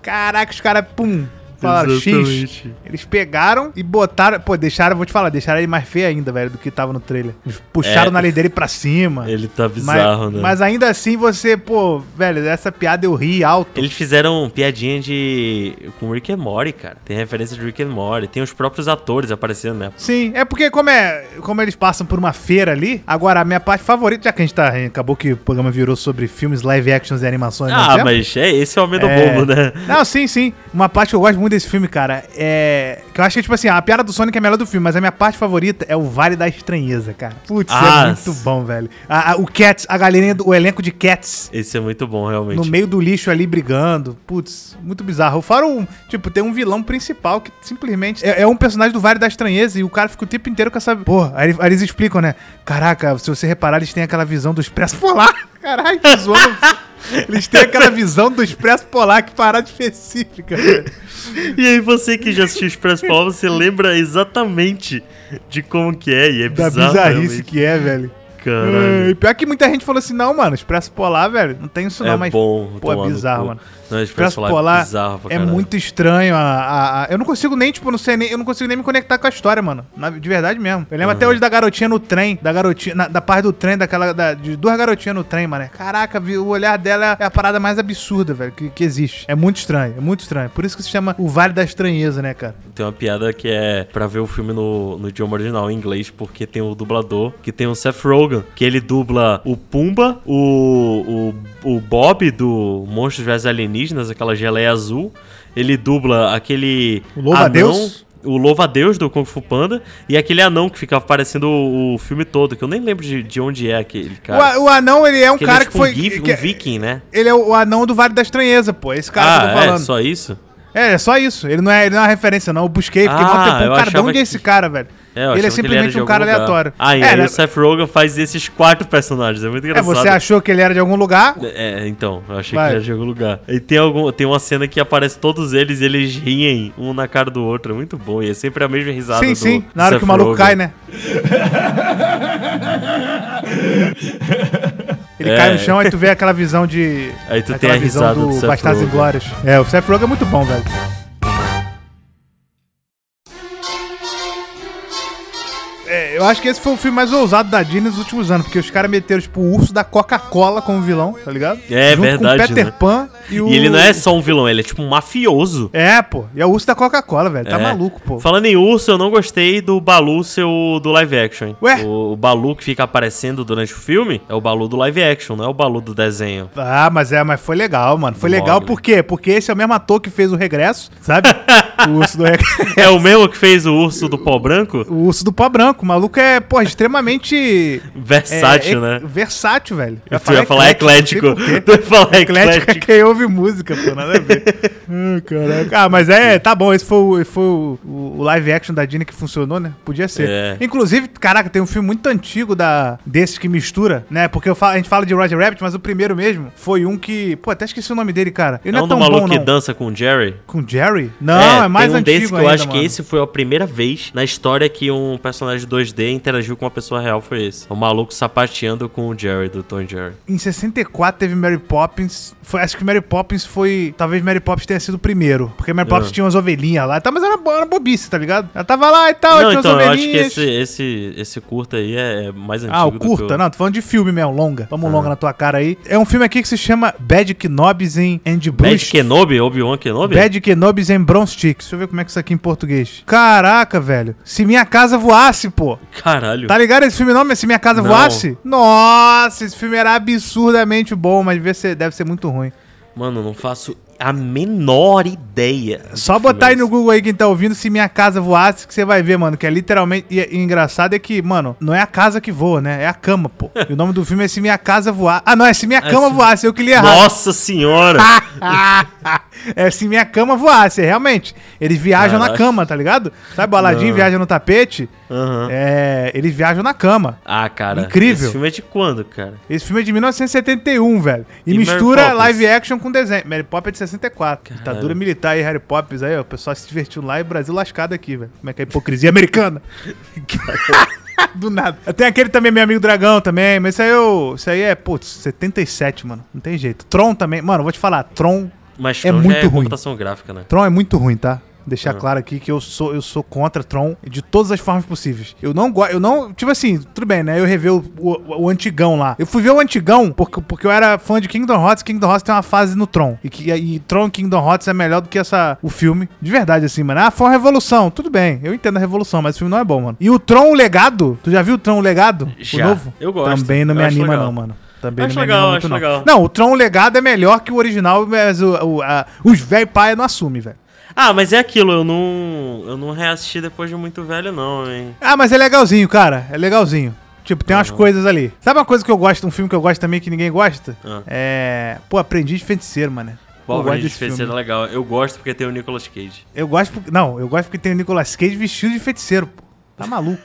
Caraca, os caras, pum. Falaram X.
Exatamente.
Eles pegaram e botaram. Pô, deixaram, vou te falar, deixaram ele mais feio ainda, velho, do que tava no trailer. Eles puxaram
É.
na lei dele pra cima.
Ele tá bizarro,
mas,
né?
Mas ainda assim você, pô, velho, essa piada eu ri alto.
Eles fizeram piadinha de. com Rick and Morty, cara. Tem referência de Rick and Morty. Tem os próprios atores aparecendo, né?
Sim, é porque como, é, como eles passam por uma feira ali, agora a minha parte favorita, já que a gente tá. Acabou que o programa virou sobre filmes live actions e animações. ao
Ah,
mesmo tempo.
mas é esse é o Homem do
É.
Bobo, né?
Não, sim, sim. Uma parte que eu gosto muito desse filme, cara, é. Que eu acho que, tipo assim, a piada do Sonic é a melhor do filme, mas a minha parte favorita é o Vale da Estranheza, cara. Putz,
Ah,
é muito bom, velho. A- a- o Cats, a galerinha, do, o elenco de Cats.
Esse é muito bom, realmente.
No meio do lixo ali brigando. Putz, muito bizarro. Fora um. Tipo, tem um vilão principal que simplesmente. É, é um personagem do Vale da Estranheza e o cara fica o tempo inteiro com essa. Porra, aí, aí eles explicam, né? Caraca, se você reparar, eles têm aquela visão do Expresso Polar. Caralho, que zoando. Eles têm aquela visão do Expresso Polar, que parada específica. velho.
E aí, você que já assistiu Express Paul, você lembra exatamente de como que é, e é
Da
bizarro.
bizarrice
realmente.
que é, velho.
Caralho.
E pior que muita gente falou assim, não, mano, Expresso Polar, velho, não tem isso não,
é
mas...
bom,
Pô,
tomar
é
no
bizarro,
cu.
mano.
Não,
Expresso
Expresso Polar é
Polar
bizarro pra
é
caralho.
muito estranho. A, a- a- eu não consigo nem, tipo, não sei nem, eu não consigo nem me conectar com a história, mano. Na- de verdade mesmo. Eu
Uhum.
lembro até hoje da garotinha no trem, da garotinha, na- da parte do trem, daquela, da- de duas garotinhas no trem, mano. Caraca, vi- o olhar dela é a parada mais absurda, velho, que, que existe. É muito estranho, é muito estranho. Por isso que se chama o Vale da Estranheza, né, cara?
Tem uma piada que é pra ver o filme no, no idioma original, em inglês, porque tem o dublador, que tem o Seth Rogen, que ele dubla o Pumba, o, o, o Bob do Monstros vs Alienígenas, aquela geleia azul. Ele dubla aquele.
O Louva-a-Deus?
anão, O Louva-a-Deus do Kung Fu Panda e aquele anão que ficava parecendo o, o filme todo, que eu nem lembro de, de onde é aquele cara.
O, a- o anão, ele é um
Porque ele é
cara
tipo
que foi.
Um, gif,
que-
um viking, né?
ele é o anão do Vale da Estranheza, pô. Esse cara que eu tô
ah, é?
falando.
Só isso?
É, é só isso. Ele não é, ele não é uma referência, não. Eu busquei, fiquei
Ah,
mó tempo.
eu
Cara, de
achava
onde é
que-
esse cara, velho?
É, eu
ele é
achava que era
simplesmente
de
um cara
algum lugar.
aleatório.
Ah, e
é,
aí
né?
o Seth Rogen faz esses quatro personagens. É muito
é,
engraçado.
você achou que ele era de algum lugar?
É, então, eu achei
Vai.
que já chegou lugar. E tem, algum, tem uma cena que aparece todos eles e eles riem um na cara do outro. É muito bom. E é sempre a mesma risada
sim,
do
sim. Na hora
Seth
que o maluco
Rogen.
cai, né? Ele
É.
cai no chão, aí tu vê aquela visão de.
Aí tu tem
aquela
a risada do Seth
Bastardos
Rogen.
Inglórios. É, o Seth Rogen é muito bom, velho. É, eu acho que esse foi o filme mais ousado da Disney nos últimos anos, porque os caras meteram, tipo, o urso da Coca-Cola como vilão, tá ligado?
É verdade,
Com o Peter
né?
Pan e o.
E ele não é só um vilão, ele é tipo um mafioso.
É, pô. E é o urso da Coca-Cola, velho. Tá
É.
maluco, pô.
Falando em urso, eu não gostei do Balu seu do live action. hein?
Ué?
O, o Balu que fica aparecendo durante o filme é o Balu do live action, não é o Balu do desenho.
Ah, mas é, mas foi legal, mano. Foi
Do
legal
Mogli.
por quê? Porque esse é o mesmo ator que fez o regresso, sabe? o urso do regresso.
É o mesmo que fez o urso do pó branco?
O urso do pó branco. O maluco é, pô, extremamente. é,
Versátil,
ec-
né?
Versátil, velho. é Eu
Tu ia falar eclético. Tu ia falar
Eclético é
eclético.
quem ouve música, pô, nada a ver. ah, caraca. Ah, mas é, tá bom, esse foi, o, foi o, o live action da Disney que funcionou, né? Podia ser.
É.
Inclusive, caraca, tem um filme muito antigo da, desse que mistura, né? Porque eu falo- a gente fala de Roger Rabbit, mas o primeiro mesmo foi um que. Pô, até esqueci o nome dele, cara. Ele não
É
é
um do
tão bom,
maluco
não.
que dança com o Jerry?
Com Jerry? Não, é, mais
tem um
antigo
desse que eu
ainda,
acho
mano.
que esse foi a primeira vez na história que um personagem 2D interagiu com uma pessoa real foi esse. O maluco sapateando com o Jerry do Tom e Jerry.
Em 64 teve Mary Poppins. Foi- acho que Mary Poppins foi. Talvez Mary Poppins tenha sido o primeiro. Porque Mary Poppins
É.
tinha umas ovelhinhas lá e tal, mas era, bo- era bobice, tá ligado? Ela tava lá e tal,
não,
tinha
então,
umas
eu acho que
Ah, ovelhinhas.
esse, esse, esse curta aí é é mais antigo.
Ah, o
do Ah.
curta?
que
Não, tô falando de filme mesmo, longa. Toma um longa na tua cara aí. É um filme aqui que se chama Bad Knobs in and
Bad
Bruce.
Kenobi? Obi-Wan Kenobi?
Bad Knobs and Bronze Stick. Deixa eu ver como é que é isso aqui em português. Caraca, velho. Se minha casa voasse, pô.
Caralho.
Tá ligado esse filme não? Mas se minha casa
Não.
voasse? Nossa, esse filme era absurdamente bom, mas deve ser, deve ser muito ruim.
Mano, não faço a menor ideia. do
Só
filme
botar aí no
esse.
Google aí quem tá ouvindo se minha casa voasse, que você vai ver, mano. Que é literalmente. E, e engraçado é que, mano, não é a casa que voa, né? É a cama, pô. E o nome do filme é Se Minha Casa Voar. Ah, não, é Se Minha Cama
se-
Voasse, eu que li errado. Tá
Nossa senhora!
é se minha cama voasse, é, realmente. Eles viajam na
Caraca.
cama, tá ligado? Sabe, o Aladim viaja no tapete.
Aham.
É, eles viajam na cama.
Ah, cara.
Incrível.
Esse filme é de quando, cara?
Esse filme é de 1971, velho. E,
E Mary
mistura
Poppins?
live action com desenho. Mary Poppins é de 64. Ditadura militar e Harry Poppins aí, ó. O pessoal se divertiu lá e o Brasil lascado aqui, velho. Como é que é a hipocrisia americana? Do nada. Tem aquele também, meu amigo Dragão também, mas isso aí, eu, isso aí é, putz, 77, mano. Não tem jeito. Tron também. Mano, eu vou te falar, Tron.
Mas
É
Tron já
muito ruim.
computação gráfica, né? É.
Tron é muito ruim, tá? Deixar claro aqui que eu sou, eu sou contra Tron de todas as formas possíveis. Eu não gosto. Eu não. Tipo assim, tudo bem, né? Eu rever o, o- o antigão lá. Eu fui ver o antigão porque, porque eu era fã de Kingdom Hearts. Kingdom Hearts tem uma fase no Tron. E, que, e Tron e Kingdom Hearts é melhor do que essa, o filme. De verdade, assim, mano. Ah, foi uma revolução. Tudo bem. Eu entendo a revolução, mas o filme não é bom, mano. E o Tron o Legado. Tu já viu o Tron o Legado?
Já.
O novo?
Eu gosto.
Também não me
Eu acho
anima,
legal.
não, mano. Também
Acho
não me
legal,
anima muito,
acho
não.
legal.
Não, o Tron Legado é melhor que o original, mas o, o- a- os velho pai não assume, velho.
Ah, mas é aquilo, eu não. Eu não reassisti depois de muito velho, não, hein?
Ah, mas é legalzinho, cara. É legalzinho. Tipo, tem
Uhum.
umas coisas ali. Sabe uma coisa que eu gosto, um filme que eu gosto também que ninguém gosta?
Ah.
É. Pô, Aprendiz de Feiticeiro, mano.
Pô,
eu
o
gosto
de
desse filme.
Feiticeiro é legal. Eu gosto porque tem o Nicolas Cage.
Eu gosto porque. Não, eu gosto porque tem o Nicolas Cage vestido de feiticeiro, pô. Tá maluco.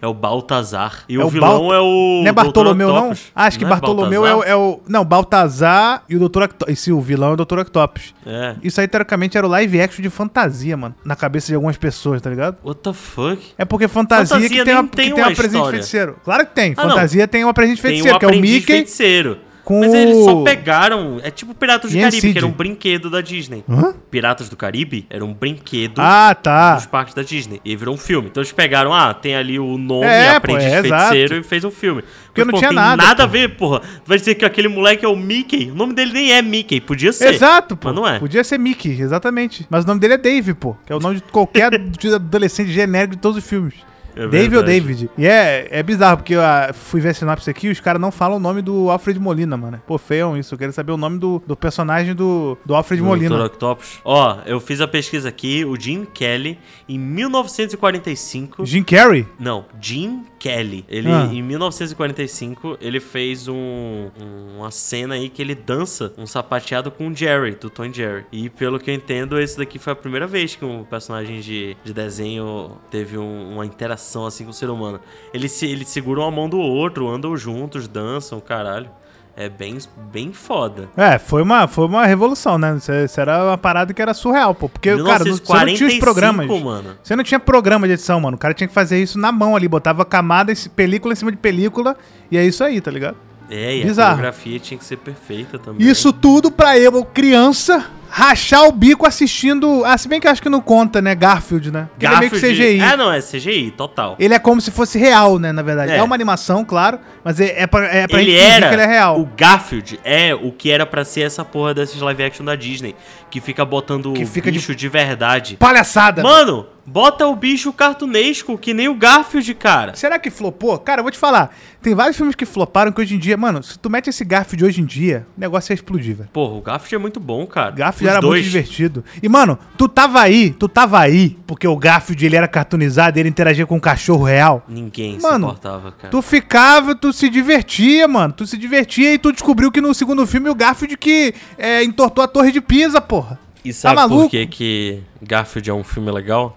É o Baltazar. E
É
o,
o
vilão
Balt-
é o.
Não é
Dr.
Bartolomeu, não? Ah,
Octopus.
Acho que
Não
Bartolomeu é, o,
Baltazar?
é o- Não, Baltazar e o Dr. Octopus. Esse, o vilão é o Dr. Octopus.
É.
Isso aí, teoricamente, era o live action de fantasia, mano. Na cabeça de algumas pessoas, tá ligado?
What the fuck?
É porque fantasia,
Fantasia
que tem
nem
uma,
tem
que tem
uma
uma presença de
história.
feiticeiro. Claro que tem.
Ah, não.
fantasia tem uma presença de
Tem
feiticeiro,
o
que é o
aprendiz
Mickey.
feiticeiro.
com
Mas eles só
o-
pegaram. É tipo Piratas do
E
Caribe,
Cid.
que era um brinquedo da Disney.
Hã?
Piratas do Caribe era um brinquedo
Ah, tá.
dos parques da Disney. E virou um filme. Então eles pegaram, ah, tem ali o nome
É,
Aprendiz
pô, é,
Feiticeiro
exato.
e fez um filme.
Porque não tinha
tem
nada,
a ver, porra. Tu vai dizer que aquele moleque é o Mickey. O nome dele nem é Mickey, podia ser.
Exato, pô.
Mas não é.
Podia ser Mickey, exatamente. Mas o nome dele é Dave, pô. Que é o nome de qualquer de adolescente genérico de todos os filmes.
É
Dave ou
verdade.
David. E é, é bizarro, porque eu ah, fui ver a sinopse aqui e os caras não falam o nome do Alfred Molina, mano. Pô, feiam isso. Eu quero saber o nome do, do personagem do, do Alfred
Dr.
Molina.
Octopus. Ó, eu fiz a pesquisa aqui, o Jim Kelly, em 1945.
Jim Carrey?
Não, Jim Kelly. Ele,
Ah.
em 1945, ele fez um, uma cena aí que ele dança um sapateado com o Jerry, do Tom e Jerry. E pelo que eu entendo, esse daqui foi a primeira vez que um personagem de, de desenho teve um- uma interação assim com o ser humano. Eles, se, eles seguram a mão do outro, andam juntos, dançam, caralho. É bem, bem foda.
É, foi uma, foi uma revolução, né? Isso, isso era uma parada que era surreal, pô. Porque, cara, não- você não tinha os programas.
mano.
Você não tinha programa de edição, mano. O cara tinha que fazer isso na mão ali. Botava camada, em- película em cima de película. E é isso aí, tá ligado?
É, e
Bizarro.
a coreografia tinha que ser perfeita também.
Isso tudo pra eu, criança, rachar o bico assistindo. Ah, se bem que eu acho que não conta, né? Garfield, né? Porque Ele
Garfield-
é meio que CGI.
É, não, é CGI, total.
Ele é como se fosse real, né? Na verdade. É,
É.
uma animação, claro, mas é, é pra, é pra
ele
gente fingir
era
que ele é real.
O Garfield é o que era pra ser essa porra desses live action da Disney, que fica botando
Que
o
fica de- né?
bicho de, verdade.
Palhaçada.
Mano, bota o bicho cartunesco que nem o Garfield, cara.
Será que flopou? Cara, eu vou te falar. Tem vários filmes que floparam que hoje em dia, mano, se tu mete esse Garfield hoje em dia, o negócio ia explodir, velho.
Porra, o Garfield é muito bom, cara.
Garfield
Os
era
dois.
muito divertido. E, mano, tu tava aí, tu tava aí, porque o Garfield ele era cartunizado, ele interagia com um cachorro real.
Ninguém
Mano,
se importava, cara.
Tu ficava, tu se divertia, mano. Tu se divertia e tu descobriu que no segundo filme o Garfield que é, entortou a torre de Pisa, porra.
E sabe
tá maluco?
por que, que Garfield é um filme legal?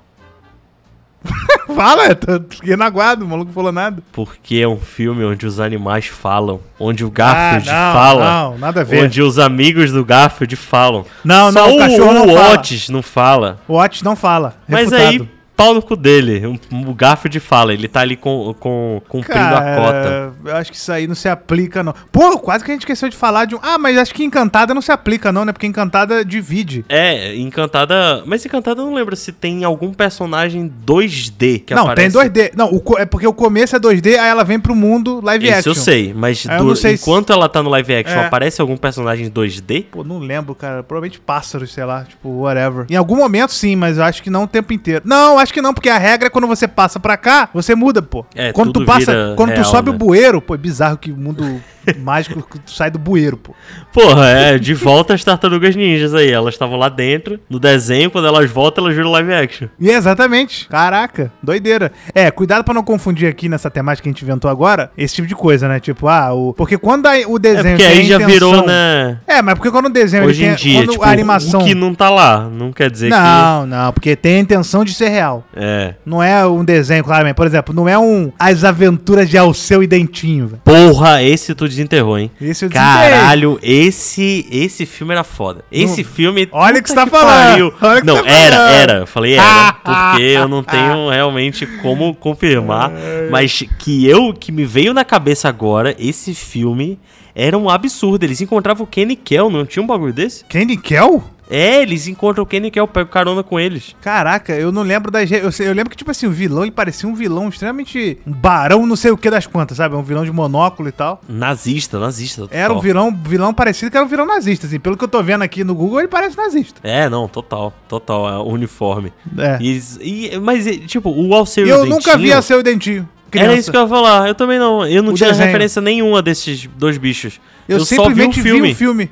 Fala, eu tô fiquei na guarda, o maluco falou nada.
Porque é um filme onde os animais falam, onde o Garfield
Ah, não,
fala,
não, nada a ver.
onde os amigos do Garfield falam.
Não,
Só
não, o
o,
cachorro não
o
fala.
Otis não fala.
O Otis não fala.
Mas aí, pau no cu dele. Um- O Garfield fala, ele tá ali com, com, cumprindo a cota.
Cara, eu acho que isso aí não se aplica, não. Pô, quase que a gente esqueceu de falar de um. Ah, mas acho que Encantada não se aplica, não, né? Porque Encantada divide.
É, Encantada. Mas Encantada eu não lembro se tem algum personagem 2D que
não,
aparece.
tem 2D. Não, o co- é porque o começo é 2D, aí ela vem pro mundo live
Isso
action.
É, eu sei, mas
Ah, eu
do-
não sei se-
enquanto ela tá no live action,
É.
aparece algum personagem 2D?
Pô, não lembro, cara. Provavelmente pássaros, sei lá, tipo, whatever. Em algum momento sim, mas eu acho que não o tempo inteiro. Não, acho que não, porque a regra é quando você passa pra cá, você muda, pô.
É,
quando tu
tudo
passa,
vira
quando tu
real,
sobe
né?
o bueiro, pô, é bizarro que o mundo mágico que tu sai do bueiro, pô.
Porra, é, de volta as tartarugas ninjas aí. Elas estavam lá dentro, no desenho, quando elas voltam, elas viram live action.
E é exatamente. Caraca, doideira. É, cuidado pra não confundir aqui nessa temática que a gente inventou agora, esse tipo de coisa, né? Tipo, ah, o porque quando a- o
É
desenho
porque
tem a
aí já
intenção-
virou, né?
É, mas porque quando o desenho
Hoje
ele
em
tem
dia,
quando
tipo,
a animação
o que não tá lá, não quer dizer
Não, não, porque tem a intenção de ser real.
que... É.
Não é um desenho, claramente. Por exemplo, não é um As Aventuras de Alceu e Dentinho, velho.
Porra, esse tu desenterrou, hein?
Esse eu desenterrei.
Caralho, esse esse filme era foda. Esse filme.
Olha o
puta
que você tá falando. Olha o que
não,
você tá
era,
falando. Ah,
era. Eu falei era, porque eu não tenho realmente como confirmar. Mas que eu que me veio na cabeça agora, esse filme era um absurdo. Eles encontravam o Kenny Kell, não tinha um bagulho desse?
Kenny Kell?
É, eles encontram o Kenny Kell, pegam carona com eles.
Caraca, eu não lembro das. re- Eu, sei- eu lembro que, tipo assim, o vilão, ele parecia um vilão extremamente. Um barão, não sei o que das quantas, sabe? Um vilão de monóculo e tal.
Nazista, nazista.
Era um
total.
vilão, vilão parecido que era um vilão nazista, assim. Pelo que eu tô vendo aqui no Google, ele parece nazista.
É, não, total, total, é, uniforme.
É.
E, e- mas, e, tipo, o Alceu
E
e o
eu nunca vi
Dentinho-
Alceu e Dentinho.
Era isso que eu ia falar. Eu também não. Eu não
O
tinha
desenho.
referência nenhuma desses dois bichos.
eu,
só vi um
simplesmente vi o
filme.
filme.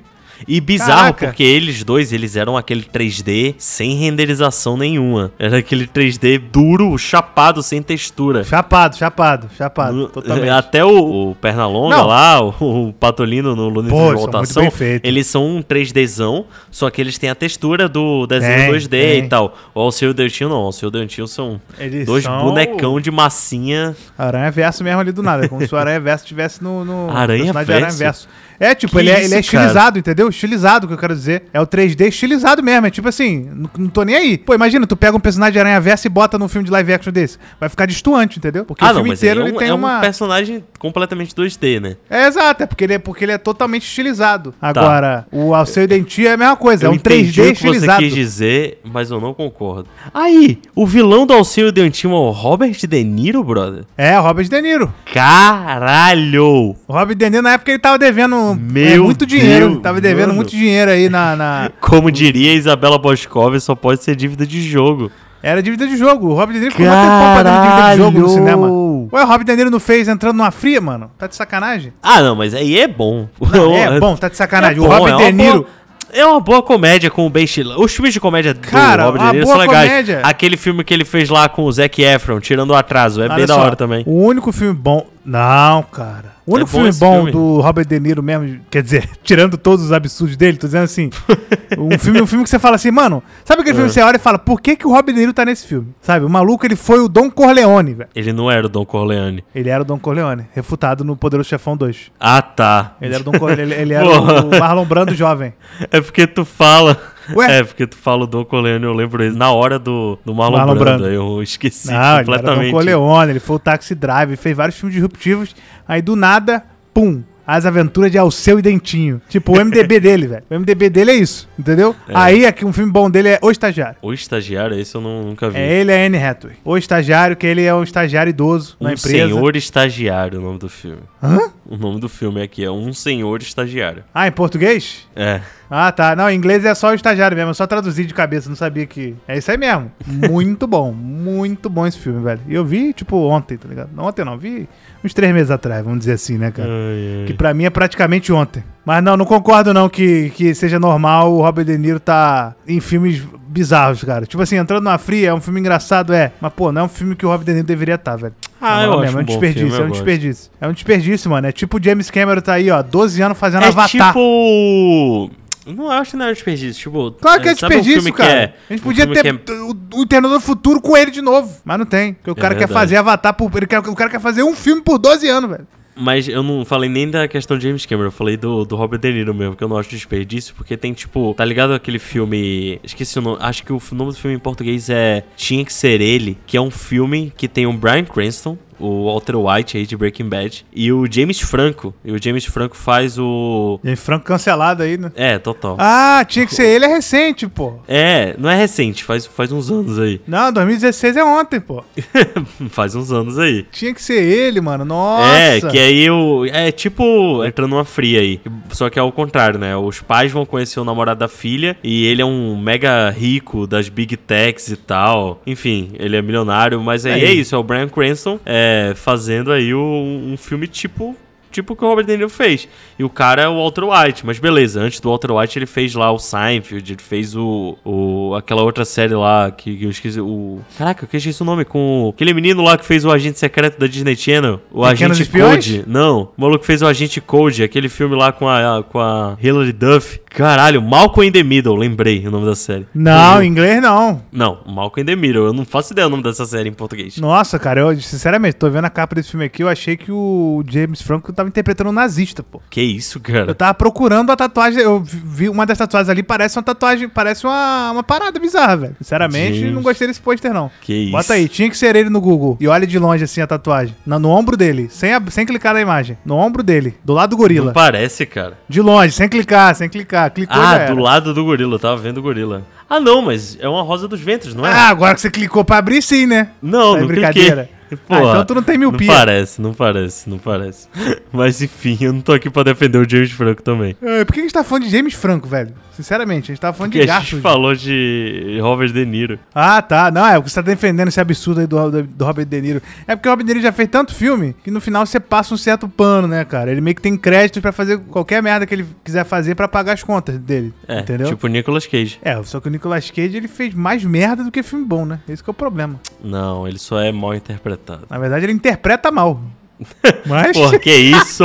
E bizarro,
Caraca.
porque eles dois, eles eram aquele 3D sem renderização nenhuma. Era aquele 3D duro, chapado, sem textura.
Chapado, chapado, chapado.
No- Ah,
totalmente.
Até o, o Pernalonga
Não.
lá, o, o Patolino no Lunes
Pô,
de
são muito
Rotação,
bem feitos.
eles são um 3Dzão, só que eles têm a textura do desenho
Tem,
2D
tem.
e tal. O Alceu e o Dentinho não, o Alceu e o Dentinho são
Eles
dois
são-
bonecão de massinha.
Aranha Verso mesmo ali do nada, como se o Aranha Verso estivesse no, no
Aranha
personagem de
Verso?
Aranha Verso. É, tipo,
Que
ele é,
isso,
ele é estilizado, entendeu? Estilizado, que eu quero dizer. É o 3D estilizado mesmo, é tipo assim, não, não tô nem aí. Pô, imagina, tu pega um personagem de Aranha Verso e bota num filme de live action desse. Vai ficar destoante, entendeu? Porque o
ah, não,
filme
mas
inteiro
ele é
ele
um,
tem
é um
uma...
personagem completamente 2D, né?
É exato, é porque ele é, porque ele é totalmente estilizado. Agora, o Alceu e Dentinho é a mesma coisa, é um
Tá. entendi
3D
o que você
estilizado.
quis dizer, mas eu não concordo. Aí, o vilão do Alceu e o Dentinho é o Robert De Niro, brother?
É, Robert De Niro.
Caralho!
O Robert De Niro, na época, ele tava devendo é,
Meu
muito dinheiro.
Deus,
tava devendo
mano.
muito dinheiro aí na- na,
Como diria Isabela Boscov, só pode ser dívida de jogo.
Era dívida de jogo. O Robert De Niro ficou muito tempo pagando dívida de jogo no
Caralho!
cinema. Ué, o Robert De Niro não fez entrando numa fria, mano? Tá de sacanagem?
Ah, não, mas aí é bom.
é bom, tá de sacanagem.
É
O Robert
é uma
De Niro-
boa- É uma boa comédia com o Ben Stiller. Os filmes de comédia do
Cara,
Robert
uma
De Niro
boa
são legais.
comédia.
Aquele filme que ele fez lá com o Zac Efron, Tirando o Atraso, é bem
Olha
da
só,
hora também. É
O único filme bom. Não, cara. O único
bom
filme
esse
bom
filme.
do Robert De Niro mesmo, quer dizer, tirando todos os absurdos dele, tô dizendo assim. um, filme, um filme que você fala assim, mano, sabe aquele
É.
filme que você olha e fala, por que, que o Robert De Niro tá nesse filme? Sabe? O maluco, ele foi o Don Corleone, velho.
Ele não era o Don Corleone.
Ele era o Don Corleone, refutado no Poderoso Chefão 2.
Ah, tá.
Ele é- era o Don Corleone, ele, ele era
Porra.
o Marlon Brando jovem.
É porque tu fala.
Ué?
É porque tu fala o Don Corleone, eu lembro ele na hora do, do Marlon,
Marlon
Brando.
Brando.
Eu esqueci
Não, ele era Don
completamente.
Corleone, ele foi o Taxi Drive, fez vários filmes disruptivos, aí do nada, pum, as aventuras de Alceu e Dentinho. Tipo, o MDB dele, velho. O MDB dele é isso, entendeu? Aí aqui um filme bom dele é O Estagiário.
o estagiário, esse eu não- nunca vi.
É ele, é Anne Hathaway. O Estagiário, que ele é um estagiário idoso
Um
na empresa.
Senhor Estagiário, o nome do filme.
Hã?
O nome do filme aqui é Um Senhor Estagiário.
Ah, em português?
É.
Ah, tá. Não, em inglês é só o estagiário mesmo. Eu só traduzi de cabeça, não sabia que. É isso aí mesmo. Muito bom. Muito bom esse filme, velho. E eu vi, tipo, ontem, tá ligado? Não, ontem não. Vi uns três meses atrás, vamos dizer assim, né, cara? Que pra mim é praticamente ontem. Mas não, não concordo não que, que seja normal o Robert De Niro tá em filmes bizarros, cara. Tipo assim, Entrando na Fria é um filme engraçado, é. Mas, pô, não é um filme que o Robert De Niro deveria estar, velho.
Ah,
Na
eu
moral
acho
É
um
um
bom
desperdício,
filme,
é um
eu gosto.
desperdício. É um desperdício, mano. É tipo o James Cameron tá aí, ó, 12 anos fazendo
É
Avatar.
tipo... Não acho que não é desperdício, tipo...
Claro que é
sabe um
desperdício,
filme que
cara.
é-
A gente
um
podia
filme
ter
que é-
o, o Internador Futuro com ele de novo. Mas não tem. Porque o cara quer
verdade.
fazer Avatar por. Ele quer, o cara quer fazer um filme por 12 anos, velho.
Mas eu não falei nem da questão de James Cameron, eu falei do, do Robert De Niro mesmo, que eu não acho desperdício, porque tem, tipo... Tá ligado aquele filme... Esqueci o nome, acho que o f- nome do filme em português é Tinha Que Ser Ele, que é um filme que tem o Bryan Cranston, o Walter White aí de Breaking Bad, e o James Franco. E o James Franco faz o...
E aí, Franco cancelado aí, né?
É, total.
Ah, tinha que ser ele, é recente, pô.
É, não é recente, faz, faz uns anos aí.
Não, 2016 é ontem, pô.
faz uns anos aí.
Tinha que ser ele, mano. Nossa.
É, que aí o. É tipo entrando numa fria aí. Só que é o contrário, né? Os pais vão conhecer o namorado da filha e ele é um mega rico das big techs e tal. Enfim, ele é milionário, mas aí,
Aí.
é isso, é o Brian Cranston é, fazendo aí o- um filme tipo. Tipo o que o Robert De Niro fez. E o cara é o Walter White. Mas beleza, antes do Walter White ele fez lá o Seinfeld, ele fez o. o aquela outra série lá que, que eu esqueci. O. Caraca, eu esqueci o nome. Com o- aquele menino lá que fez o Agente Secreto da Disney Channel. O
Pequenos
Agente
Espiões?
Code. Não, o maluco fez o Agente Code, aquele filme lá com a, com a Hilary Duff. Caralho, Malcolm in the Middle, lembrei o nome da série.
Não,
Uhum.
em inglês não.
Não, Malcolm in the Middle. Eu não faço ideia o nome dessa série em português.
Nossa, cara, eu sinceramente, tô vendo a capa desse filme aqui, eu achei que o James Franco tava interpretando um nazista, pô.
Que isso,
Eu
cara?
tava procurando a tatuagem, eu vi uma das tatuagens ali, parece uma tatuagem, parece uma, uma parada bizarra, velho. Sinceramente,
Gente.
não gostei desse pôster, não.
Que isso.
Bota aí, tinha que ser ele no Google. E olha de longe assim a tatuagem. Na- No, ombro dele, sem, ab- sem clicar na imagem. No ombro dele, do lado do gorila.
Não parece, cara.
De longe, sem clicar, sem clicar. Clicou já
Ah,
era.
do lado do gorila, eu tava vendo o gorila. Ah, não, mas é uma rosa dos ventres, não é?
Ah, agora que você clicou pra abrir, sim, né?
não,
Tá de
não cliquei.
brincadeira.
Pô,
Ah, então tu não tem miopia.
Não parece, não parece, não parece. Mas enfim, eu não tô aqui pra defender o James Franco também.
É, por que a gente tá falando de James Franco, velho? Sinceramente, a gente tá falando
Porque
de
a
gasto.
gente falou de Robert De Niro.
Ah, tá. Não, é porque você tá defendendo esse absurdo aí do, do, do Robert De Niro. É porque o Robert De Niro já fez tanto filme que no final você passa um certo pano, né, cara? Ele meio que tem crédito pra fazer qualquer merda que ele quiser fazer pra pagar as contas dele.
É,
entendeu?
tipo Nicolas Cage.
É, só que o Nicolas Cage ele fez mais merda do que filme bom, né? Esse que é o problema.
Não, ele só é mal interpretado.
Na verdade, ele interpreta mal. Mas.
Porra, que isso?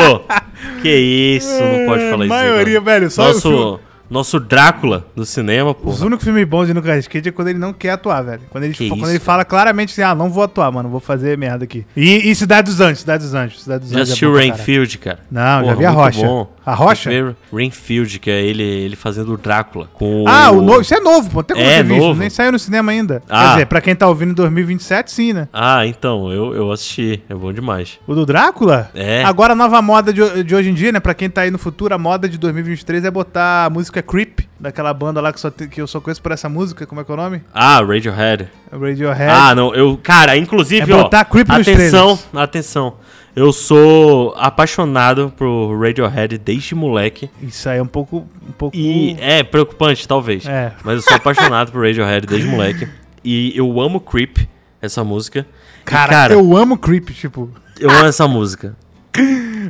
Que isso? Não pode
É,
falar isso.
maioria,
agora.
velho, só o
nosso,
filme.
nosso Drácula do cinema,
Os
porra.
únicos filmes bons de Nicolas Cage é quando ele não quer atuar, velho. Quando ele,
Que
quando
isso,
ele fala claramente assim, ah, não vou atuar, mano, vou fazer merda aqui. E, e Cidade dos Anjos, Cidade dos Anjos, Cidade dos
Já
Anjos. é
assistiu
bom pra caralho.
Rainfield, cara?
Não, já vi a
muito
Rocha. A Rocha?
Primeiro, Rainfield, que é ele, ele fazendo o Drácula. Com
Ah, o
o-
novo, isso é novo, pô. Até como
É,
ter visto,
novo.
nem saiu no cinema ainda. Quer
Ah.
dizer, pra quem tá ouvindo em 2027, sim, né?
Ah, então, eu, eu assisti. É bom demais.
O do Drácula?
É.
Agora a nova moda de, de hoje em dia, né? Pra quem tá aí no futuro, a moda de 2023 é botar a música Creep, daquela banda lá que, só te- que eu só conheço por essa música, como é que é o nome?
Ah, Radiohead.
Radiohead.
Ah, não, eu. Cara, inclusive,
É
ó.
botar creep nos
atenção,
trailers.
atenção. Eu sou apaixonado por Radiohead desde moleque.
Isso aí é um pouco... Um pouco...
E é preocupante, talvez.
É.
Mas eu sou apaixonado por Radiohead desde moleque. E eu amo Creep, essa música. E,
Cara, eu amo Creep, tipo...
eu amo essa música.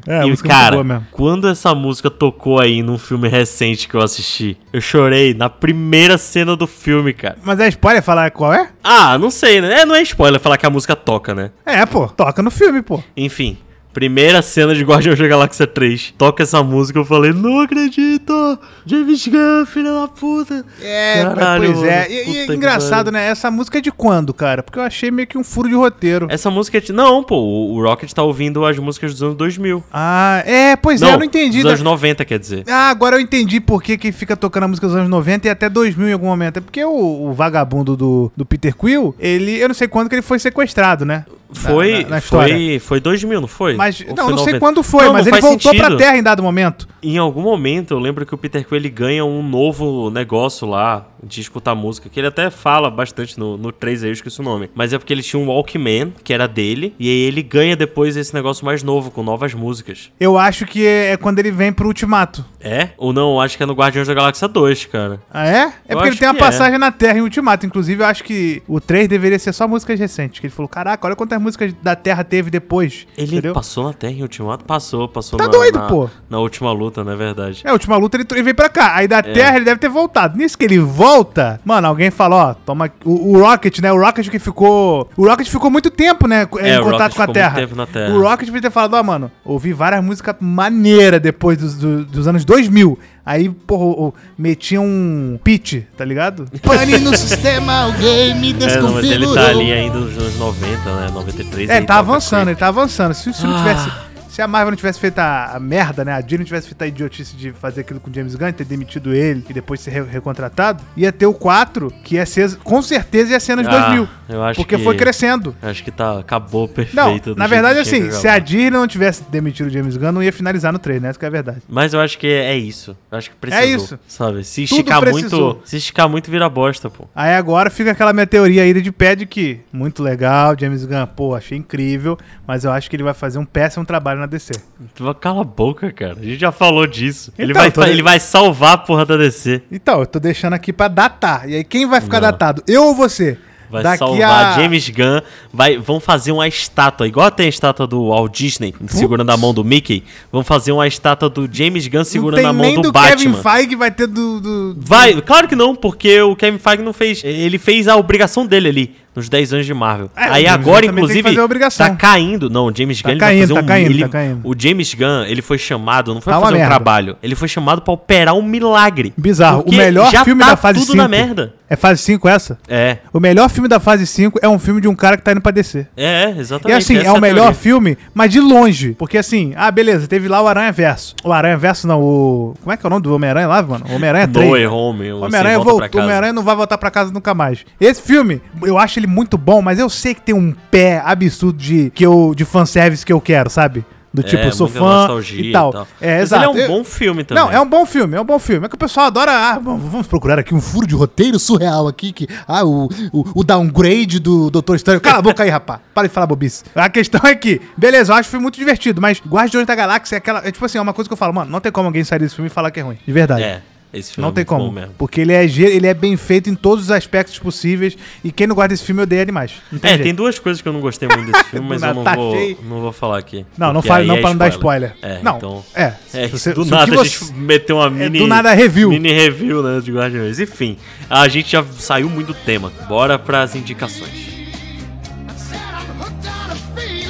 É, a
e,
música é
cara,
muito boa mesmo.
quando essa música tocou aí num filme recente que eu assisti, eu chorei na primeira cena do filme, cara.
Mas é spoiler falar qual é?
Ah, não sei, né? É, não é spoiler falar que a música toca, né?
É, pô. Toca no filme, pô.
Enfim, primeira cena de Guardiões da Galáxia 3. Toca essa música, eu falei, não acredito! James Gunn, filha da puta!
É, mas
Caralho,
pois é.
mano,
E- E,
puta que
engraçado,
pariu.
né? Essa música é de quando, cara? Porque eu achei meio que um furo de roteiro.
Essa música é de... Não, pô, o o Rocket tá ouvindo as músicas dos anos 2000.
Ah, é, pois é, eu não entendi.
Dos anos
da-
90, quer dizer.
Ah, agora eu entendi por que, que fica tocando a música dos anos 90 e até 2000 em algum momento. É porque o, o vagabundo do, do Peter Quill, ele, eu não sei quando que ele foi sequestrado, né? Na-
Foi,
na- na história.
foi, foi 2000, não foi?
Mas,
Ou
não,
foi
não sei
90?
quando foi,
Não,
mas
não
ele
faz
voltou pra
sentido.
Terra em dado momento.
Em algum momento, eu lembro que o Peter Quill ele ganha um novo negócio lá de escutar música, que ele até fala bastante no, no 3 aí, eu esqueci o nome. Mas é porque ele tinha um Walkman, que era dele, e aí ele ganha depois esse negócio mais novo, com novas músicas.
Eu acho que é, é quando ele vem pro Ultimato.
É? Ou não, acho que é no Guardiões da Galáxia 2, cara.
Ah, é? É
Eu
porque ele
acho
tem uma
que é.
passagem na Terra em Ultimato. Inclusive, eu acho que o 3 deveria ser só músicas recentes. Que ele falou: caraca, olha quantas músicas da Terra teve depois.
Ele
entendeu?
passou na Terra em Ultimato? Passou, passou
Tá
na,
doido,
na-
pô.
na última luta, não é verdade?
É, a última luta ele, ele veio pra cá.
É.
Aí da Terra ele deve ter voltado. Nisso que ele volta, mano, alguém fala, ó, toma. O, o Rocket, né? O Rocket que ficou. O Rocket ficou muito tempo, né?
É,
em contato
o Rocket
com a
ficou muito
Terra.
tempo na Terra.
O Rocket podia ter falado, ó, mano, ouvi várias músicas maneiras depois dos, do- dos anos 2000. Aí, porra, o- o- metia um pitch, tá ligado?
Pane no sistema, alguém me
É, não,
desconfigurou.
mas ele tá ali ainda nos anos 90, né? 93.
É,
aí
ele tá
toca
avançando, ele tá avançando. Se, se não
Ah.
tivesse. Se a Marvel não tivesse feito a, a merda, né? A Disney não tivesse feito a idiotice de fazer aquilo com o James Gunn, ter demitido ele e depois ser re- recontratado, ia ter o 4, que ia ser. Com certeza ia ser tá nos
Ah,
2000.
eu acho
porque
que-
foi crescendo.
Acho que tá, acabou perfeito.
Não,
do
na
jeito
verdade,
que tinha
assim,
que
se
acabar.
a Disney não tivesse demitido o James Gunn, não ia finalizar no 3, né? Essa que é a verdade.
Mas eu acho que é isso. Eu acho que precisou.
É isso.
Sabe? Se
Tudo
esticar
precisou.
muito. Se esticar muito, vira bosta, pô.
Aí agora fica aquela minha teoria aí de pé de que, muito legal, James Gunn, pô, achei incrível, mas eu acho que ele vai fazer um péssimo trabalho na DC.
Tu vai- Cala a boca, cara. A gente já falou disso. ele,
Então,
vai,
tô
fa-
de-
ele vai salvar a porra da DC.
Então, eu tô deixando aqui pra datar. E aí, quem vai ficar
Não.
datado? Eu ou você?
Vai salvar James Gunn. Vai, vão fazer uma estátua. Igual tem a estátua do Walt Disney segurando a mão do Mickey. Vão fazer uma estátua do James Gunn segurando
não
a
tem
mão
nem
do,
do, Kevin
Batman.
Feige, vai ter do... do-
Vai, claro que não, porque o Kevin Feige não fez. Ele fez a obrigação dele ali, nos 10 anos de Marvel.
É, o
Aí
James
agora,
Gunn também tem que
inclusive,
fazer a obrigação.
tá caindo. Não, o James Gunn ele
caindo,
vai fazer
tá
um.
caindo,
ele-
tá caindo.
O James Gunn, ele foi chamado, não foi
Tá uma
fazer um
merda.
trabalho. Ele foi chamado pra operar um milagre.
Bizarro.
Porque
o melhor
já
filme
tá
da fase
tudo
5...
na merda.
É fase 5 essa?
É.
O melhor filme da fase 5 é um filme de um cara que tá indo pra descer.
É, é,
E
exatamente.
assim,
essa
é o
a
melhor
teoria.
filme, mas de longe. Porque assim, ah, beleza, teve lá o Aranha Verso. O Aranha Verso não, o... Como é que é o nome do Homem-Aranha lá, mano? Homem-Aranha 3.
No Way Home. o
Homem-Aranha
Sem assim, Volta pra
voltou,
Casa.
Homem-Aranha não vai voltar pra casa nunca mais. Esse filme, eu acho ele muito bom, mas eu sei que tem um pé absurdo de, que eu, de fanservice que eu quero, sabe? Do
É,
tipo, sou
muita
fã
nostalgia
e tal. É,
Mas
exato.
Ele é um
Eu-
bom filme também.
Não, é um bom filme, é um bom filme. É que o pessoal adora. Ah, bom, vamos procurar aqui um furo de roteiro surreal aqui. Que, ah, o, o, o downgrade do Doutor Estranho. Cala a boca aí, rapá. Para de falar bobice. A questão é que, beleza, eu acho que foi muito divertido, mas Guardiões da Galáxia é aquela. É tipo assim, é uma coisa que eu falo, mano, não tem como alguém sair desse filme e falar que é ruim. De verdade.
É, esse filme
Não
é
tem
muito bom
como.
mesmo.
Porque ele é, ge- ele é bem feito em todos os aspectos possíveis. E quem não guarda esse filme odeia demais. Não
É,
jeito.
tem duas coisas que eu não gostei muito desse filme, mas eu não
Tá
vou,
cheio.
não vou falar aqui.
Não, não
porque
fale
aí
não
é
pra não dar spoiler.
É,
não,
então...
é.
É,
Se você-
do
se o
nada
que
a
você- É,
gente meteu uma mini.
do nada review.
Mini review né, de Guardiões. Enfim, a gente já saiu muito do tema. Bora pras indicações.
I said I'm hooked on a feeling,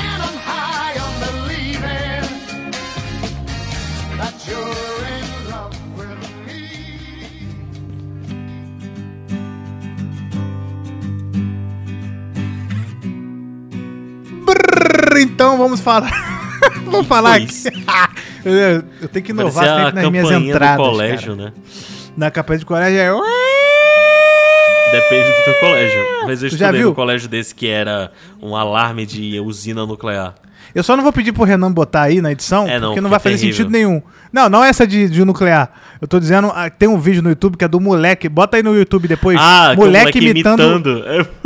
and I'm high on believing that you're in love with me.
Brrr, Então vamos falar. vamos falar
foi
aqui.
isso?
Eu eu tenho que inovar
Parecia a
sempre nas minhas
campainha do
entradas.
colégio,
cara.
né?
Na campanha de colégio é.
Depende do teu colégio. Mas eu
Tu já
estudei
viu?
num colégio desse que era um alarme de usina nuclear.
Eu só não vou pedir pro Renan botar aí na edição,
É, não,
porque não
que
vai
é
fazer
terrível.
sentido nenhum. Não, não essa de, de nuclear. Eu tô dizendo, ah, tem um vídeo no YouTube que é do moleque. Bota aí no YouTube depois.
Ah,
moleque,
que o moleque
imitando.
imitando.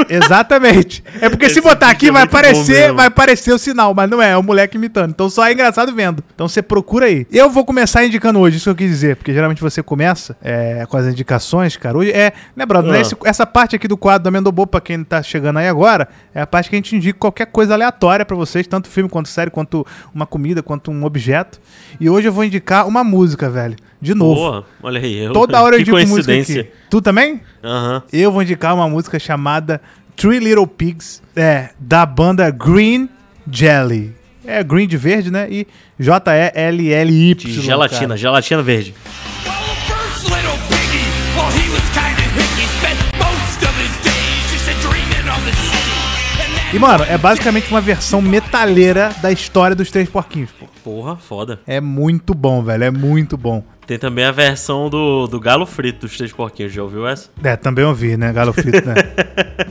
É-
Exatamente. É porque se
Esse
botar
vídeo
aqui
é
vai
muito bom
aparecer,
mesmo.
vai aparecer o sinal, mas não é, é o moleque imitando. Então só é engraçado vendo. Então você procura aí. Eu vou começar indicando hoje, isso que eu quis dizer, porque geralmente você começa é, com as indicações, cara. Hoje é, né, brother? né,
Ah.
esse- essa parte aqui do quadro do Amendo Bobo, pra quem tá chegando aí agora, é a parte que a gente indica qualquer coisa aleatória pra vocês, tanto filme quanto série, quanto uma comida, quanto um objeto. E hoje eu vou indicar uma música, velho. De novo.
Boa, olha aí. eu-
Toda hora eu
que
indico música
coincidência.
aqui. Tu também?
Aham.
Eu vou indicar uma música chamada Three Little Pigs, é, da banda Green Jelly. É Green de verde, né? E J-E-L-L-Y.
De gelatina,
cara.
gelatina verde.
Well, the first little piggy, while he was kinda hicky, spent most of his days just a dreaming of the city. And that
E, mano, é basicamente uma versão metaleira da história dos Três Porquinhos, pô.
Porra, foda.
É muito bom, velho. É muito bom.
Tem também a versão do, do galo frito dos três porquinhos, já ouviu essa?
É, também ouvi, né? Galo Frito, né?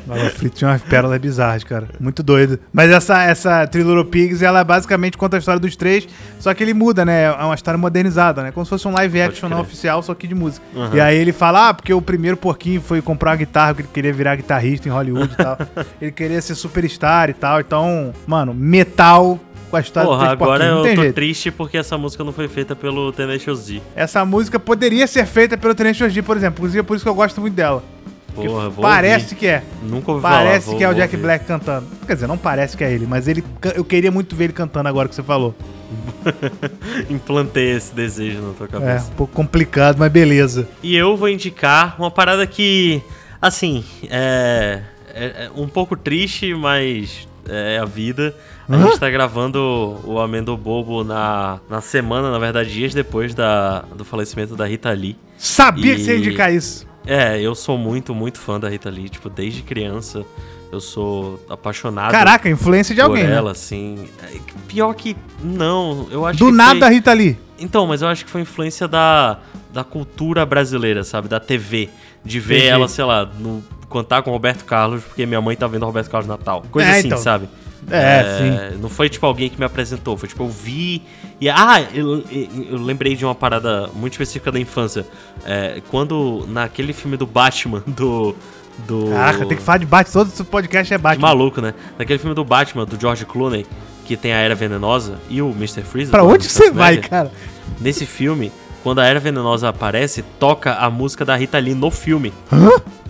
Galo Frito tinha umas pérolas bizarras, cara. Muito doido. Mas essa, essa Triluro Pigs, ela é basicamente conta a história dos três, só que ele muda, né? É uma história modernizada, né? Como se fosse um live action não
crer.
oficial, só que de música. E aí ele fala, ah, porque o primeiro porquinho foi comprar uma guitarra, porque ele queria virar guitarrista em Hollywood e tal. Ele queria ser superstar e tal. Então, mano, metal com a história
Porra,
dos Tá, três
agora
porquinhos. Não
eu
tem
tô
jeito.
triste porque essa música não foi feita pelo Tenacious D.
Essa música poderia ser feita pelo Tenacious D, por exemplo. Inclusive, é por isso que eu gosto muito dela. Porque
Porra, vou
parece
ouvir.
que é.
Nunca ouvi falar,
Parece
vou-
que é o
vou
Jack
ouvir.
Black cantando. Quer dizer, não parece que é ele, mas ele can- eu queria muito ver ele cantando agora que você falou.
Implantei esse desejo na tua
É,
cabeça.
um pouco complicado, mas beleza.
E eu vou indicar uma parada que, assim, é, é- é um pouco triste, mas é a vida. A gente tá gravando o Amendo Bobo na, na semana, na verdade, dias depois da, do falecimento da Rita Lee.
Sabia que você ia
E-
indicar isso.
É, eu sou muito, muito fã da Rita Lee, tipo, desde criança. Eu sou apaixonado
Caraca, influência de
por
alguém. né?
ela, assim. É, Pior que não, eu acho
Do
que
nada,
foi...
Rita Lee.
Então, mas eu acho que foi influência da, da cultura brasileira, sabe? Da TV. De ver
Entendi.
ela, sei lá, no cantar com Roberto Carlos, porque minha mãe tá vendo Roberto Carlos Natal. Coisa
É,
assim,
então.
sabe?
É,
sim. Não foi tipo alguém que me apresentou, foi tipo eu vi. E, ah, eu, eu- eu lembrei de uma parada muito específica da infância. É, quando naquele filme do Batman, do. do
Caraca, tem que falar de Batman. Todo esse podcast é
de
Batman.
maluco, né? Naquele filme do Batman, do George Clooney, que tem a Era Venenosa e o Mr. Freeze.
Pra
do
onde você vai,
Schwarzenegger.
cara?
Nesse filme, quando a Era Venenosa aparece, toca a música da Rita Lee no filme.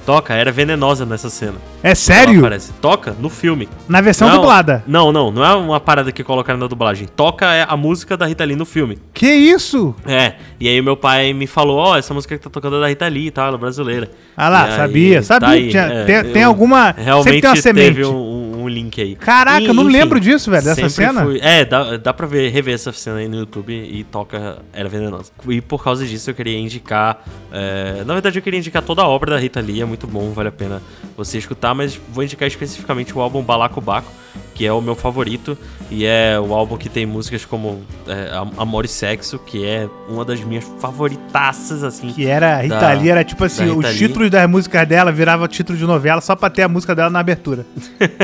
Toca a Era Venenosa nessa cena.
É
Ela
sério?
aparece. Toca no filme.
Na versão
Não,
dublada.
Não, não. Não é uma parada que colocaram na dublagem. Toca é, a música da Rita Lee no filme.
Que isso?
É. E aí meu pai me falou, ó, essa música que tá tocando é da Rita Lee e tal, ela é brasileira.
Ah lá,
E aí,
sabia,
tá
sabia.
aí,
Tinha-
é,
tem, tem
eu-
alguma. sempre
Realmente
tem uma semente.
teve um- um, um link aí.
Caraca, eu não lembro disso, velho, dessa
sempre
cena.
fui- é, dá, dá pra ver, rever essa cena aí no YouTube e toca Era Venenosa. E por causa disso eu queria indicar... é, na verdade eu queria indicar toda a obra da Rita Lee, é muito bom, vale a pena você escutar, mas vou indicar especificamente o álbum Balacobaco, que é o meu favorito. E é o álbum que tem músicas como é, Am- Amor e Sexo, que é uma das minhas favoritaças, assim.
Que é, era a Rita
da-
Lee, era tipo assim,
da Rita
os
Lee.
títulos das músicas dela virava título de novela só pra ter a música dela na abertura.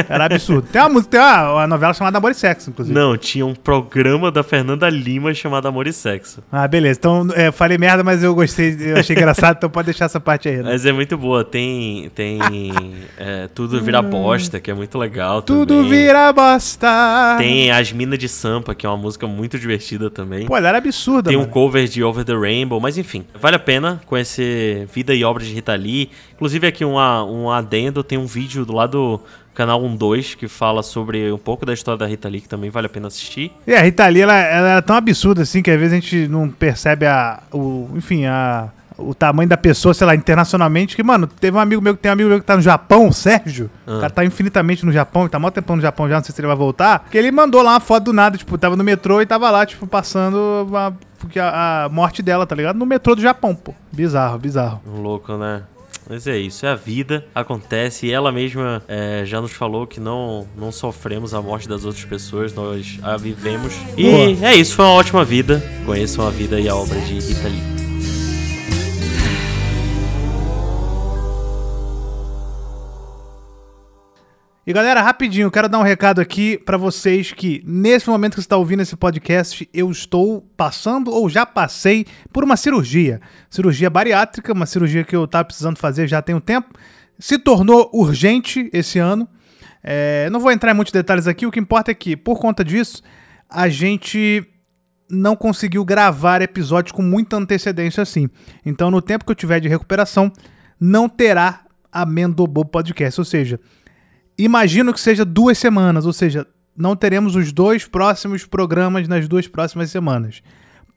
Era absurdo. Tem uma música, tem uma, uma novela chamada Amor e Sexo, inclusive.
Não, tinha um programa da Fernanda Lima chamado Amor e Sexo.
Ah, beleza. Então, é, falei merda, mas eu gostei, eu achei engraçado, então pode deixar essa parte aí. né?
Mas é muito boa. Tem. Tem. é, Tudo Vira Bosta, que é muito legal.
Hum. Tudo
também.
vira bosta.
Tem As Minas de Sampa, que é uma música muito divertida também.
Pô, ela era absurda,
Tem um
mano.
cover de Over the Rainbow, mas enfim, vale a pena conhecer vida e obra de Rita Lee. Inclusive, aqui um, a- um adendo: tem um vídeo do lado do canal 12 que fala sobre um pouco da história da Rita Lee, que também vale a pena assistir.
E a Rita Lee, ela, ela era tão absurda assim que às vezes a gente não percebe a, o, enfim, a, o tamanho da pessoa, sei lá, internacionalmente. Que, mano, teve um amigo meu que tem um amigo meu que tá no Japão, o Sérgio.
Ah.
O cara tá infinitamente no Japão, ele tá mó tempão no Japão já, não sei se ele vai voltar. Que ele mandou lá uma foto do nada, tipo, tava no metrô e tava lá, tipo, passando a, porque a- a morte dela, tá ligado? No metrô do Japão, pô. Bizarro, bizarro.
Um louco, né? Mas é isso, é a vida, acontece, e ela mesma é, já nos falou que não, não sofremos a morte das outras pessoas, nós a vivemos. E
Boa.
é isso, foi uma ótima vida. Conheçam a vida e a obra de Rita Lee.
E galera, rapidinho, quero dar um recado aqui pra vocês que nesse momento que você está ouvindo esse podcast, eu estou passando ou já passei por uma cirurgia. Cirurgia bariátrica, uma cirurgia que eu estava precisando fazer já tem um tempo. Se tornou urgente esse ano. É, não vou entrar em muitos detalhes aqui, o que importa é que, por conta disso, a gente não conseguiu gravar episódios com muita antecedência assim. Então, no tempo que eu tiver de recuperação, não terá Amendobo Podcast, ou seja, Imagino que seja duas semanas, ou seja, não teremos os dois próximos programas nas duas próximas semanas.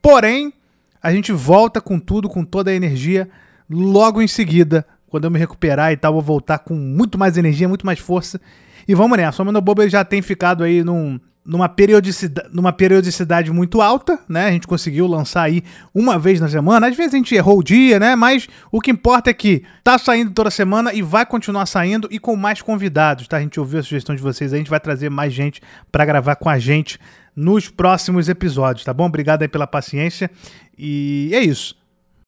Porém, a gente volta com tudo, com toda a energia, logo em seguida, quando eu me recuperar e tal, eu vou voltar com muito mais energia, muito mais força. E vamos nessa. O Mano Bobo ele já tem ficado aí num- numa, periodicidade, numa periodicidade muito alta, né? A gente conseguiu lançar aí uma vez na semana. Às vezes a gente errou o dia, né? Mas o que importa é que tá saindo toda semana e vai continuar saindo e com mais convidados, tá? A gente ouviu a sugestão de vocês, aí, a gente vai trazer mais gente pra gravar com a gente nos próximos episódios, tá bom? Obrigado aí pela paciência. E é isso.